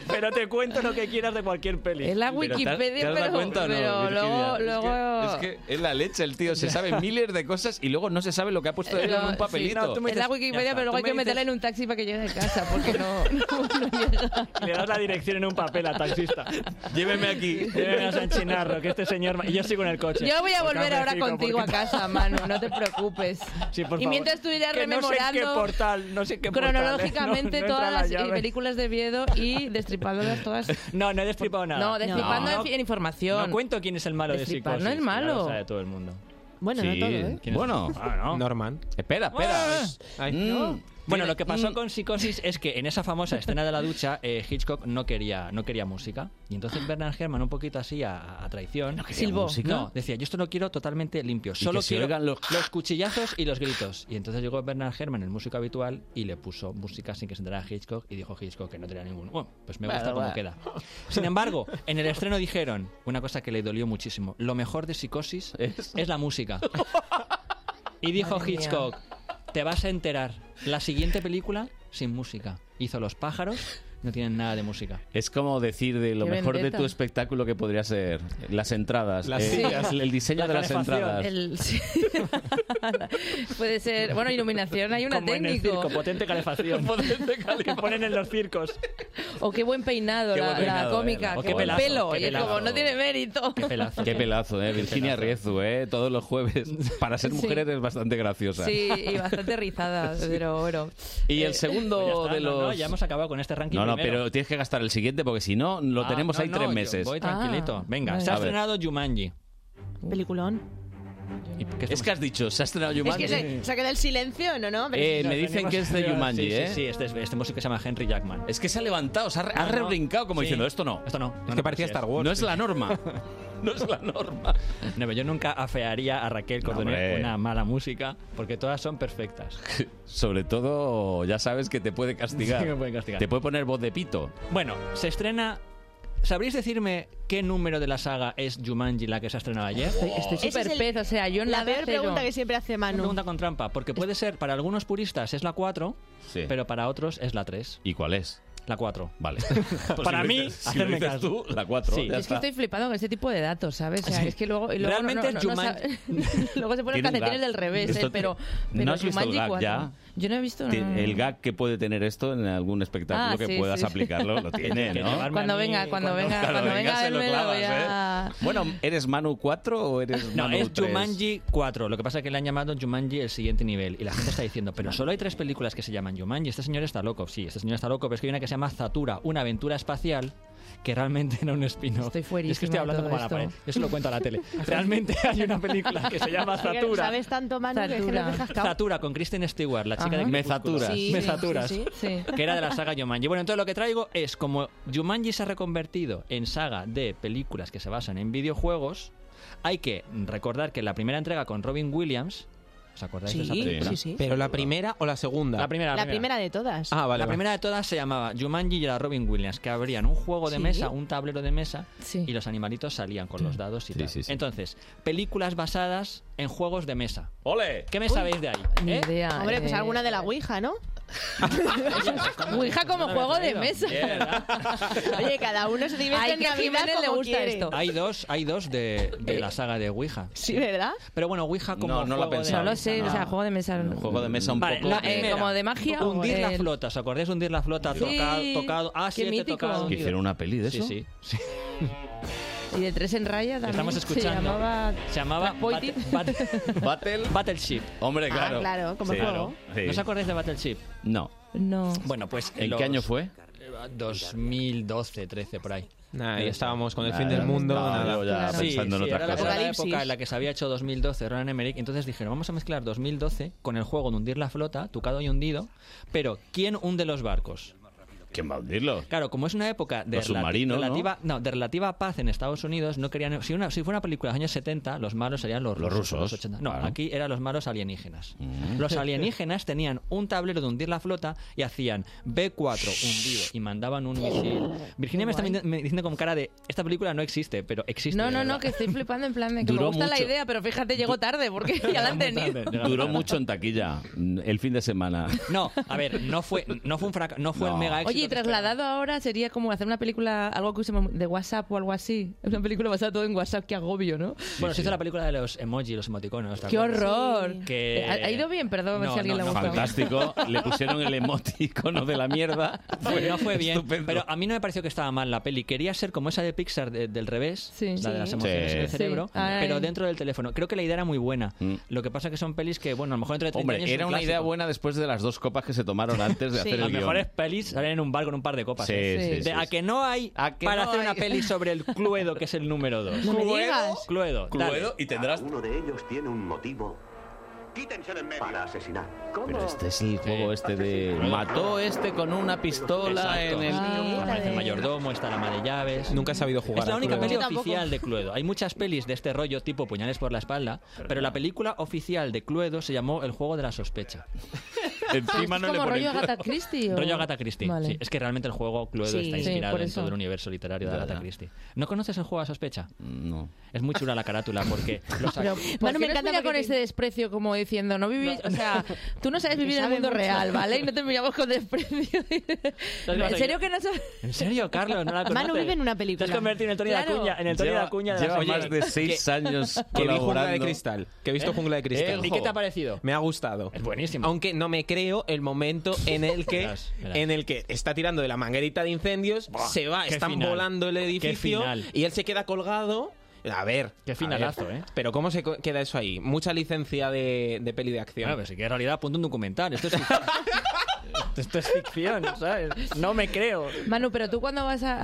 [SPEAKER 7] pero te cuento lo que quieras de cualquier peli.
[SPEAKER 2] Es la
[SPEAKER 1] Pero ¿te has-
[SPEAKER 2] Wikipedia,
[SPEAKER 1] ¿te has
[SPEAKER 2] pero,
[SPEAKER 1] dado cuenta o no,
[SPEAKER 2] pero
[SPEAKER 1] Virginia?
[SPEAKER 2] luego... luego...
[SPEAKER 1] Es, que, es que es la leche el tío, se sabe miles de cosas y luego no se sabe lo que ha puesto él en
[SPEAKER 2] No,
[SPEAKER 1] un
[SPEAKER 2] sí,
[SPEAKER 1] papelito.
[SPEAKER 7] no, tú me-
[SPEAKER 2] es la
[SPEAKER 7] dices, ya
[SPEAKER 2] Wikipedia,
[SPEAKER 7] está,
[SPEAKER 2] pero luego
[SPEAKER 7] tú
[SPEAKER 2] hay
[SPEAKER 7] me
[SPEAKER 2] que meterla
[SPEAKER 7] dices-
[SPEAKER 2] en un taxi para que llegue a casa, porque no, no- no llega.
[SPEAKER 7] Le das la dirección en un papel al taxista.
[SPEAKER 1] Lléveme aquí.
[SPEAKER 7] Lléveme a San Chinarro, que este señor... ma- Y yo sigo en el coche.
[SPEAKER 2] Yo voy a
[SPEAKER 7] Por
[SPEAKER 2] volver ahora
[SPEAKER 7] Campecico,
[SPEAKER 2] contigo a
[SPEAKER 7] porque-
[SPEAKER 2] casa, Manu, no te preocupes.
[SPEAKER 7] Sí, por
[SPEAKER 2] y
[SPEAKER 7] favor.
[SPEAKER 2] mientras tú irás
[SPEAKER 7] Que
[SPEAKER 2] rememorando...
[SPEAKER 7] No sé en qué portal, no sé en qué portal, ¿eh?
[SPEAKER 2] cronológicamente
[SPEAKER 7] No- no entra
[SPEAKER 2] todas
[SPEAKER 7] la
[SPEAKER 2] las eh,
[SPEAKER 7] llave.
[SPEAKER 2] películas de Viedo y destripándolas todas.
[SPEAKER 7] No, no he destripado nada.
[SPEAKER 2] No, destripando
[SPEAKER 7] No.
[SPEAKER 2] en información.
[SPEAKER 7] No cuento quién es el malo de
[SPEAKER 2] Destripar
[SPEAKER 7] Psicosis.
[SPEAKER 2] no es malo.
[SPEAKER 7] ya lo sabe todo el mundo.
[SPEAKER 6] Bueno, no
[SPEAKER 1] Sí.
[SPEAKER 6] todo, ¿eh?
[SPEAKER 7] ¿Quién es?
[SPEAKER 1] Bueno,
[SPEAKER 7] Ah, no.
[SPEAKER 5] Norman.
[SPEAKER 1] espera, espera.
[SPEAKER 5] Ay.
[SPEAKER 1] Mm.
[SPEAKER 7] Bueno, lo que pasó con Psicosis es que en esa famosa escena de la ducha, eh, Hitchcock no quería, no quería música. Y entonces Bernard Herrmann, un poquito así a, a traición,
[SPEAKER 2] Silbó.
[SPEAKER 7] No, decía, yo esto lo quiero totalmente limpio. Solo
[SPEAKER 1] que se
[SPEAKER 7] quiero
[SPEAKER 1] oigan
[SPEAKER 7] los...
[SPEAKER 1] los-
[SPEAKER 7] cuchillazos y los gritos. Y entonces llegó Bernard Herrmann, el músico habitual, y le puso música sin que se enterara Hitchcock. Y dijo Hitchcock que no tenía ninguno. Bueno, pues me gusta
[SPEAKER 2] Bueno,
[SPEAKER 7] cómo
[SPEAKER 2] bueno.
[SPEAKER 7] queda. Sin embargo, en el estreno dijeron una cosa que le dolió muchísimo. Lo mejor de Psicosis es, la música. Y dijo
[SPEAKER 2] Madre mía.
[SPEAKER 7] Hitchcock, te vas a enterar. La siguiente película sin música. Hizo Los pájaros no tienen nada de música.
[SPEAKER 1] Es como decir de lo
[SPEAKER 7] Qué
[SPEAKER 1] mejor de
[SPEAKER 7] vendetta.
[SPEAKER 1] tu espectáculo que podría ser las entradas,
[SPEAKER 7] Las
[SPEAKER 1] eh,
[SPEAKER 7] sillas.
[SPEAKER 1] el diseño
[SPEAKER 7] La
[SPEAKER 1] de las
[SPEAKER 7] calefacción.
[SPEAKER 1] entradas.
[SPEAKER 2] El- sí. Puede ser, bueno, iluminación, hay una
[SPEAKER 7] Como en el
[SPEAKER 2] técnico.
[SPEAKER 7] circo, potente calefacción. Que ponen en los circos. pues.
[SPEAKER 2] O qué buen peinado,
[SPEAKER 1] Qué
[SPEAKER 2] la,
[SPEAKER 1] buen
[SPEAKER 2] la
[SPEAKER 1] peinado,
[SPEAKER 2] cómica,
[SPEAKER 1] ¿eh? O
[SPEAKER 2] qué,
[SPEAKER 1] qué
[SPEAKER 2] buen
[SPEAKER 1] pelazo,
[SPEAKER 2] pelo.
[SPEAKER 1] qué
[SPEAKER 2] y es como
[SPEAKER 1] pelazo.
[SPEAKER 2] no tiene mérito.
[SPEAKER 1] Qué pelazo, ¿eh? Virginia Riezu, ¿eh? Todos los jueves. Para ser
[SPEAKER 2] Sí.
[SPEAKER 1] mujeres es bastante graciosa.
[SPEAKER 2] Sí, y bastante rizada, pero bueno.
[SPEAKER 1] Y el segundo
[SPEAKER 7] Pues ya está,
[SPEAKER 1] de
[SPEAKER 7] no,
[SPEAKER 1] los...
[SPEAKER 7] no, ya hemos acabado con este ranking
[SPEAKER 1] No, no,
[SPEAKER 7] primero.
[SPEAKER 1] pero tienes que gastar el siguiente porque si no, lo
[SPEAKER 7] Ah,
[SPEAKER 1] tenemos
[SPEAKER 7] no,
[SPEAKER 1] ahí
[SPEAKER 7] no,
[SPEAKER 1] tres
[SPEAKER 7] yo
[SPEAKER 1] meses.
[SPEAKER 7] voy tranquilito. Ah, Venga, se ha
[SPEAKER 1] A ver.
[SPEAKER 7] estrenado Jumanji.
[SPEAKER 6] Peliculón.
[SPEAKER 1] Es que has dicho, se ha estrenado
[SPEAKER 6] Es
[SPEAKER 1] Jumanji.
[SPEAKER 6] que se, se ha quedado el silencio, ¿no? no pero
[SPEAKER 1] Eh,
[SPEAKER 6] si
[SPEAKER 1] me
[SPEAKER 6] lo
[SPEAKER 1] dicen
[SPEAKER 6] tenemos-
[SPEAKER 1] que es de Jumanji,
[SPEAKER 7] sí, sí,
[SPEAKER 1] ¿eh?
[SPEAKER 7] sí, este, es- este músico se llama Henry Jackman. Ah,
[SPEAKER 1] Es que se ha levantado, se ha, re- ha
[SPEAKER 7] No, no.
[SPEAKER 1] rebrincado como
[SPEAKER 7] Sí.
[SPEAKER 1] diciendo, esto no.
[SPEAKER 7] Esto no. no,
[SPEAKER 1] que
[SPEAKER 7] no,
[SPEAKER 1] parecía
[SPEAKER 7] sí
[SPEAKER 1] Star Wars. No es la norma. No es la norma.
[SPEAKER 7] No, pero yo nunca afearía a Raquel Cordonier
[SPEAKER 1] hombre.
[SPEAKER 7] con una mala música, porque todas son perfectas.
[SPEAKER 1] Sobre todo, ya sabes que te puede castigar.
[SPEAKER 7] Sí, me puede castigar.
[SPEAKER 1] Te puede poner voz de pito.
[SPEAKER 7] Bueno, se estrena... ¿Sabríais decirme qué número de la saga es Jumanji la que se ha estrenado ayer?
[SPEAKER 2] Estoy
[SPEAKER 6] Ese es
[SPEAKER 2] súper
[SPEAKER 6] el-
[SPEAKER 2] pez, o sea, yo en
[SPEAKER 6] La
[SPEAKER 2] la
[SPEAKER 6] peor
[SPEAKER 2] cero.
[SPEAKER 6] pregunta que siempre hace
[SPEAKER 7] Una
[SPEAKER 6] Manu.
[SPEAKER 7] Ah, pregunta con trampa, porque puede ser, para algunos puristas es la 4,
[SPEAKER 1] Sí.
[SPEAKER 7] pero para otros es la 3.
[SPEAKER 1] ¿Y cuál es?
[SPEAKER 7] La 4.
[SPEAKER 1] Vale. Pues
[SPEAKER 7] Para
[SPEAKER 1] si lo
[SPEAKER 7] mí,
[SPEAKER 1] dices- si lo
[SPEAKER 7] hacerme
[SPEAKER 1] dices
[SPEAKER 7] caso.
[SPEAKER 1] tú, la 4.
[SPEAKER 7] Sí.
[SPEAKER 1] ya
[SPEAKER 2] Es que
[SPEAKER 1] está.
[SPEAKER 2] estoy flipando con este tipo de datos, ¿sabes? O sea,
[SPEAKER 7] Sí.
[SPEAKER 2] es que luego, y luego
[SPEAKER 7] Realmente
[SPEAKER 2] no-
[SPEAKER 7] es
[SPEAKER 2] no- no
[SPEAKER 7] Jumanji.
[SPEAKER 2] sabe- luego se ponen
[SPEAKER 1] Tiene un
[SPEAKER 2] calcetines
[SPEAKER 1] gag.
[SPEAKER 2] del revés, ¿eh?
[SPEAKER 1] Esto-
[SPEAKER 2] pero,
[SPEAKER 1] ¿No
[SPEAKER 2] pero
[SPEAKER 1] has visto el
[SPEAKER 2] Jumanji
[SPEAKER 1] gag
[SPEAKER 2] cuatro.
[SPEAKER 1] ya?
[SPEAKER 2] Yo no he visto
[SPEAKER 1] Ti-
[SPEAKER 2] no.
[SPEAKER 1] El gag que puede tener esto en algún espectáculo
[SPEAKER 2] Ah,
[SPEAKER 1] que
[SPEAKER 2] sí,
[SPEAKER 1] puedas
[SPEAKER 2] sí.
[SPEAKER 1] aplicarlo, lo tiene,
[SPEAKER 7] Que
[SPEAKER 1] ¿no?
[SPEAKER 7] llevarme
[SPEAKER 2] Cuando
[SPEAKER 7] a mí-
[SPEAKER 2] venga, cuando venga,
[SPEAKER 1] Claro,
[SPEAKER 2] cuando venga,
[SPEAKER 1] se lo
[SPEAKER 2] verme lo
[SPEAKER 1] clavas,
[SPEAKER 2] voy a...
[SPEAKER 1] ¿eh? Bueno, ¿eres Manu 4 o eres
[SPEAKER 7] No,
[SPEAKER 1] Manu
[SPEAKER 7] es
[SPEAKER 1] 3?
[SPEAKER 7] Jumanji 4. Lo que pasa es que le han llamado Jumanji el siguiente nivel. Y la gente está diciendo, pero solo hay tres películas que se llaman Jumanji. Este señor está loco. Sí, este señor está loco. Pero es que hay una que se llama Zatura, una aventura espacial, que realmente era un espino.
[SPEAKER 2] Estoy
[SPEAKER 7] Y Es que
[SPEAKER 2] fuerísima de
[SPEAKER 7] estoy hablando
[SPEAKER 2] todo
[SPEAKER 7] como a la
[SPEAKER 2] esto.
[SPEAKER 7] pared. Yo se lo cuento a la tele. Realmente hay una película que se llama
[SPEAKER 6] Oiga,
[SPEAKER 7] Zatura.
[SPEAKER 6] Sabes tanto, Manu, que es que
[SPEAKER 2] Zatura.
[SPEAKER 6] lo dejas cao.
[SPEAKER 7] Zatura, con Kristen Stewart, la chica
[SPEAKER 2] Ajá.
[SPEAKER 7] de Crepúsculo.
[SPEAKER 1] Mezaturas.
[SPEAKER 6] Sí,
[SPEAKER 7] Mezaturas.
[SPEAKER 6] sí,
[SPEAKER 2] Sí.
[SPEAKER 7] que era de la saga Jumanji. Bueno, entonces lo que traigo es como Jumanji se ha reconvertido en saga de películas que se basan en videojuegos, hay que recordar que la primera entrega con Robin Williams, ¿os acordáis de esa película?
[SPEAKER 6] Sí, sí.
[SPEAKER 5] ¿Pero la primera o la segunda?
[SPEAKER 7] La primera,
[SPEAKER 6] La primera de todas.
[SPEAKER 5] Ah, vale.
[SPEAKER 7] la primera de todas se llamaba Jumanji y era Robin Williams, que abrían un juego de
[SPEAKER 6] Sí.
[SPEAKER 7] mesa, un tablero de mesa,
[SPEAKER 2] Sí.
[SPEAKER 7] y los animalitos salían con los dados y
[SPEAKER 1] Sí,
[SPEAKER 7] tal.
[SPEAKER 1] sí, sí.
[SPEAKER 7] Entonces, películas basadas en juegos de mesa.
[SPEAKER 1] ¡Ole!
[SPEAKER 7] ¿Qué me
[SPEAKER 6] Uy.
[SPEAKER 7] sabéis de ahí?
[SPEAKER 2] Ni
[SPEAKER 7] eh?
[SPEAKER 2] idea.
[SPEAKER 6] Hombre, pues
[SPEAKER 2] eh.
[SPEAKER 6] alguna de la Ouija, ¿no?
[SPEAKER 2] Ouija como
[SPEAKER 7] No lo había
[SPEAKER 2] juego de
[SPEAKER 7] traído.
[SPEAKER 2] mesa.
[SPEAKER 6] Oye, cada uno se divierte
[SPEAKER 2] Ay,
[SPEAKER 6] en
[SPEAKER 2] que a
[SPEAKER 6] Navidad
[SPEAKER 2] Jiménez le
[SPEAKER 6] como
[SPEAKER 2] gusta
[SPEAKER 6] quiere.
[SPEAKER 2] esto.
[SPEAKER 7] Hay dos, hay dos de, de la saga de Ouija.
[SPEAKER 6] Sí, ¿verdad?
[SPEAKER 7] Pero bueno, Ouija como
[SPEAKER 1] No, no la
[SPEAKER 7] juego de-
[SPEAKER 1] pensaba.
[SPEAKER 2] No lo sé, o sea, juego de mesa.
[SPEAKER 1] Un juego de mesa un
[SPEAKER 7] Vale,
[SPEAKER 1] poco...
[SPEAKER 7] la
[SPEAKER 1] que-
[SPEAKER 2] eh,
[SPEAKER 7] primera.
[SPEAKER 2] como de magia.
[SPEAKER 7] Hundir la
[SPEAKER 2] el-
[SPEAKER 7] flota, ¿os acordáis? Hundir la flota,
[SPEAKER 2] Sí.
[SPEAKER 7] tocado, tocado. Ah,
[SPEAKER 2] Qué
[SPEAKER 7] siete
[SPEAKER 2] mítico.
[SPEAKER 7] tocado.
[SPEAKER 1] que hicieron una peli de
[SPEAKER 7] Sí,
[SPEAKER 1] eso.
[SPEAKER 7] sí. sí.
[SPEAKER 2] Y de tres en raya también
[SPEAKER 7] Estamos escuchando.
[SPEAKER 2] Se llamaba...
[SPEAKER 7] Se llamaba
[SPEAKER 2] Transpoiting.
[SPEAKER 7] Bat- Bat-
[SPEAKER 1] Battle.
[SPEAKER 7] Battleship.
[SPEAKER 1] Hombre,
[SPEAKER 6] Ah,
[SPEAKER 1] claro.
[SPEAKER 6] claro, como juego.
[SPEAKER 1] Sí.
[SPEAKER 7] ¿No os acordáis de Battleship?
[SPEAKER 1] No.
[SPEAKER 2] No.
[SPEAKER 7] Bueno, pues.
[SPEAKER 1] ¿En
[SPEAKER 7] los-
[SPEAKER 1] qué año fue?
[SPEAKER 7] eh, 2012, 13, por ahí.
[SPEAKER 5] Nah, ahí estábamos con el fin del
[SPEAKER 1] Nada,
[SPEAKER 5] mundo.
[SPEAKER 1] Ah, no,
[SPEAKER 5] nada.
[SPEAKER 1] yo ya
[SPEAKER 2] Claro.
[SPEAKER 1] pensando en
[SPEAKER 7] era
[SPEAKER 1] otras
[SPEAKER 7] la- era
[SPEAKER 1] cosas.
[SPEAKER 7] la
[SPEAKER 6] Apocalipsis.
[SPEAKER 7] época en la que se había hecho 2012 Roland Emmerich. Entonces dijeron, vamos a mezclar 2012 con el juego de hundir la flota, tucado y hundido. Pero, ¿quién hunde los barcos?
[SPEAKER 1] ¿Quién va a hundirlo?
[SPEAKER 7] Claro, como es una época de,
[SPEAKER 1] Los submarinos, ¿no?
[SPEAKER 7] relativa, ¿no? de relativa paz en Estados Unidos, no querían. Si, una, si fuera una película de los años 70, los malos serían los,
[SPEAKER 1] Los rusos.
[SPEAKER 7] los 80. No,
[SPEAKER 1] Claro. Mm.
[SPEAKER 7] aquí eran los malos alienígenas. Los alienígenas tenían un tablero de hundir la flota y hacían B4 hundido y mandaban un misil. Virginia me está mi- me diciendo con cara de. Esta película no existe, pero existe.
[SPEAKER 2] No,
[SPEAKER 7] de
[SPEAKER 2] no,
[SPEAKER 7] verdad".
[SPEAKER 2] no, que estoy flipando en plan de que
[SPEAKER 1] Duró
[SPEAKER 2] me gusta la
[SPEAKER 1] mucho.
[SPEAKER 2] idea, pero fíjate, llegó tarde porque ya la han tenido.
[SPEAKER 7] Tarde,
[SPEAKER 1] Duró mucho en taquilla mm, el fin de semana.
[SPEAKER 7] No, a ver, no fue, no fue un fracaso, no fue
[SPEAKER 1] No.
[SPEAKER 7] el mega éxito.
[SPEAKER 2] Oye, y
[SPEAKER 7] que esperaba.
[SPEAKER 2] trasladado ahora sería como hacer una película, algo que usemos de WhatsApp o algo así. Una película basada todo en WhatsApp, qué agobio, ¿no?
[SPEAKER 7] Bueno, se hizo la película de los emoji, los emoticonos. ¿te
[SPEAKER 2] ¡Qué
[SPEAKER 7] acuerdas?
[SPEAKER 2] horror! Eh,
[SPEAKER 7] Que-
[SPEAKER 2] ¿Ha, ha ido bien? Perdón, a ver
[SPEAKER 7] No,
[SPEAKER 2] si alguien
[SPEAKER 7] no,
[SPEAKER 2] le ha
[SPEAKER 7] no,
[SPEAKER 2] gustado.
[SPEAKER 1] Fantástico. Le pusieron el emoticono de la mierda.
[SPEAKER 7] no fue bien,
[SPEAKER 1] estupendo.
[SPEAKER 7] pero a mí no me pareció que estaba mal la peli. Quería ser como esa de Pixar de- del revés,
[SPEAKER 2] Sí.
[SPEAKER 7] la de las
[SPEAKER 2] Sí.
[SPEAKER 7] emociones
[SPEAKER 1] Sí.
[SPEAKER 7] en el
[SPEAKER 1] Sí.
[SPEAKER 7] cerebro,
[SPEAKER 2] Ay.
[SPEAKER 7] pero dentro del teléfono. Creo que la idea era muy buena.
[SPEAKER 1] Mm.
[SPEAKER 7] Lo que pasa que son pelis que, bueno, a lo mejor entre 30 años
[SPEAKER 1] Hombre,
[SPEAKER 7] es
[SPEAKER 1] era
[SPEAKER 7] un
[SPEAKER 1] una idea
[SPEAKER 7] clásico.
[SPEAKER 1] buena después de las dos copas que se tomaron antes de
[SPEAKER 6] Sí.
[SPEAKER 1] hacer el
[SPEAKER 7] Las
[SPEAKER 1] guión.
[SPEAKER 7] mejores pelis salen en un bar con un par de copas.
[SPEAKER 1] Sí,
[SPEAKER 7] ¿eh?
[SPEAKER 1] sí,
[SPEAKER 7] De
[SPEAKER 1] sí,
[SPEAKER 7] a
[SPEAKER 1] sí.
[SPEAKER 7] que no hay
[SPEAKER 1] A que
[SPEAKER 7] para
[SPEAKER 1] no
[SPEAKER 7] hacer
[SPEAKER 1] hay.
[SPEAKER 7] una peli sobre el Cluedo, que es el número 2.
[SPEAKER 6] No me digas.
[SPEAKER 7] Cluedo, dale.
[SPEAKER 1] Cluedo y tendrás...
[SPEAKER 9] Uno de ellos tiene un motivo para asesinar.
[SPEAKER 1] Pero este es el juego este de... Mató este con una pistola
[SPEAKER 7] Exacto.
[SPEAKER 1] en el...
[SPEAKER 6] Ah,
[SPEAKER 7] Aparece el mayordomo, está la ama de llaves.
[SPEAKER 5] Nunca he sabido jugar.
[SPEAKER 7] Es la
[SPEAKER 5] al
[SPEAKER 7] única
[SPEAKER 5] juego.
[SPEAKER 7] peli
[SPEAKER 6] Yo tampoco.
[SPEAKER 7] oficial de Cluedo. Hay muchas pelis de este rollo tipo Puñales por la espalda, pero la película oficial de Cluedo se llamó El juego de la sospecha.
[SPEAKER 1] Encima
[SPEAKER 2] Ah, Es
[SPEAKER 1] no le
[SPEAKER 2] como
[SPEAKER 1] ponen
[SPEAKER 2] rollo
[SPEAKER 1] todo.
[SPEAKER 2] Agatha Christie. ¿o?
[SPEAKER 7] Rollo Agatha Christie.
[SPEAKER 2] Vale.
[SPEAKER 7] sí. es que realmente el juego Cluedo
[SPEAKER 2] Sí,
[SPEAKER 7] está
[SPEAKER 2] sí,
[SPEAKER 7] inspirado
[SPEAKER 2] por
[SPEAKER 7] en
[SPEAKER 2] eso.
[SPEAKER 7] todo el universo literario de
[SPEAKER 1] Ya,
[SPEAKER 7] Agatha
[SPEAKER 1] ya.
[SPEAKER 7] Christie. ¿No conoces el juego a sospecha?
[SPEAKER 1] No.
[SPEAKER 7] Es muy chula la carátula porque los
[SPEAKER 2] Pero,
[SPEAKER 7] ac-
[SPEAKER 2] ¿por qué nos mira con ese desprecio como diciendo, no vivís, o sea, tú no sabes vivir en el
[SPEAKER 6] sabe
[SPEAKER 2] mundo
[SPEAKER 6] mucho.
[SPEAKER 2] real, ¿vale? Y no te miramos con desprecio. ¿En serio que no sabes?
[SPEAKER 7] ¿En serio, Carlos? No la
[SPEAKER 6] Manu
[SPEAKER 7] conoces?
[SPEAKER 6] vive en una película.
[SPEAKER 7] Te has convertido en el Tony de
[SPEAKER 6] Claro.
[SPEAKER 7] Acuña, en el Tony
[SPEAKER 1] Lleva-
[SPEAKER 7] de Acuña de la
[SPEAKER 1] lleva
[SPEAKER 7] serie.
[SPEAKER 1] más de seis años
[SPEAKER 5] Que vi Jungla de
[SPEAKER 1] colaborando.
[SPEAKER 5] Cristal. Que he visto
[SPEAKER 1] ¿Eh?
[SPEAKER 5] Jungla de Cristal.
[SPEAKER 1] ¿Eh?
[SPEAKER 7] ¿Y qué te ha parecido?
[SPEAKER 5] Me ha gustado.
[SPEAKER 7] Es buenísimo.
[SPEAKER 5] Aunque no me creo el momento en el que
[SPEAKER 7] Verás, verás.
[SPEAKER 5] en el que está tirando de la manguerita de incendios,
[SPEAKER 7] Buah,
[SPEAKER 5] se va,
[SPEAKER 7] qué
[SPEAKER 5] están
[SPEAKER 7] final.
[SPEAKER 5] volando el
[SPEAKER 7] Qué
[SPEAKER 5] edificio
[SPEAKER 7] final.
[SPEAKER 5] y él se queda colgado. A ver.
[SPEAKER 7] Qué
[SPEAKER 5] a
[SPEAKER 7] finalazo,
[SPEAKER 5] ver.
[SPEAKER 7] ¿eh?
[SPEAKER 5] Pero ¿cómo se co- queda eso ahí? Mucha licencia de, de peli de acción.
[SPEAKER 7] Bueno, pues, pero si quieres realidad, ponte un documental. Esto es, esto es ficción, ¿sabes? No me creo.
[SPEAKER 2] Manu, pero tú cuando vas a,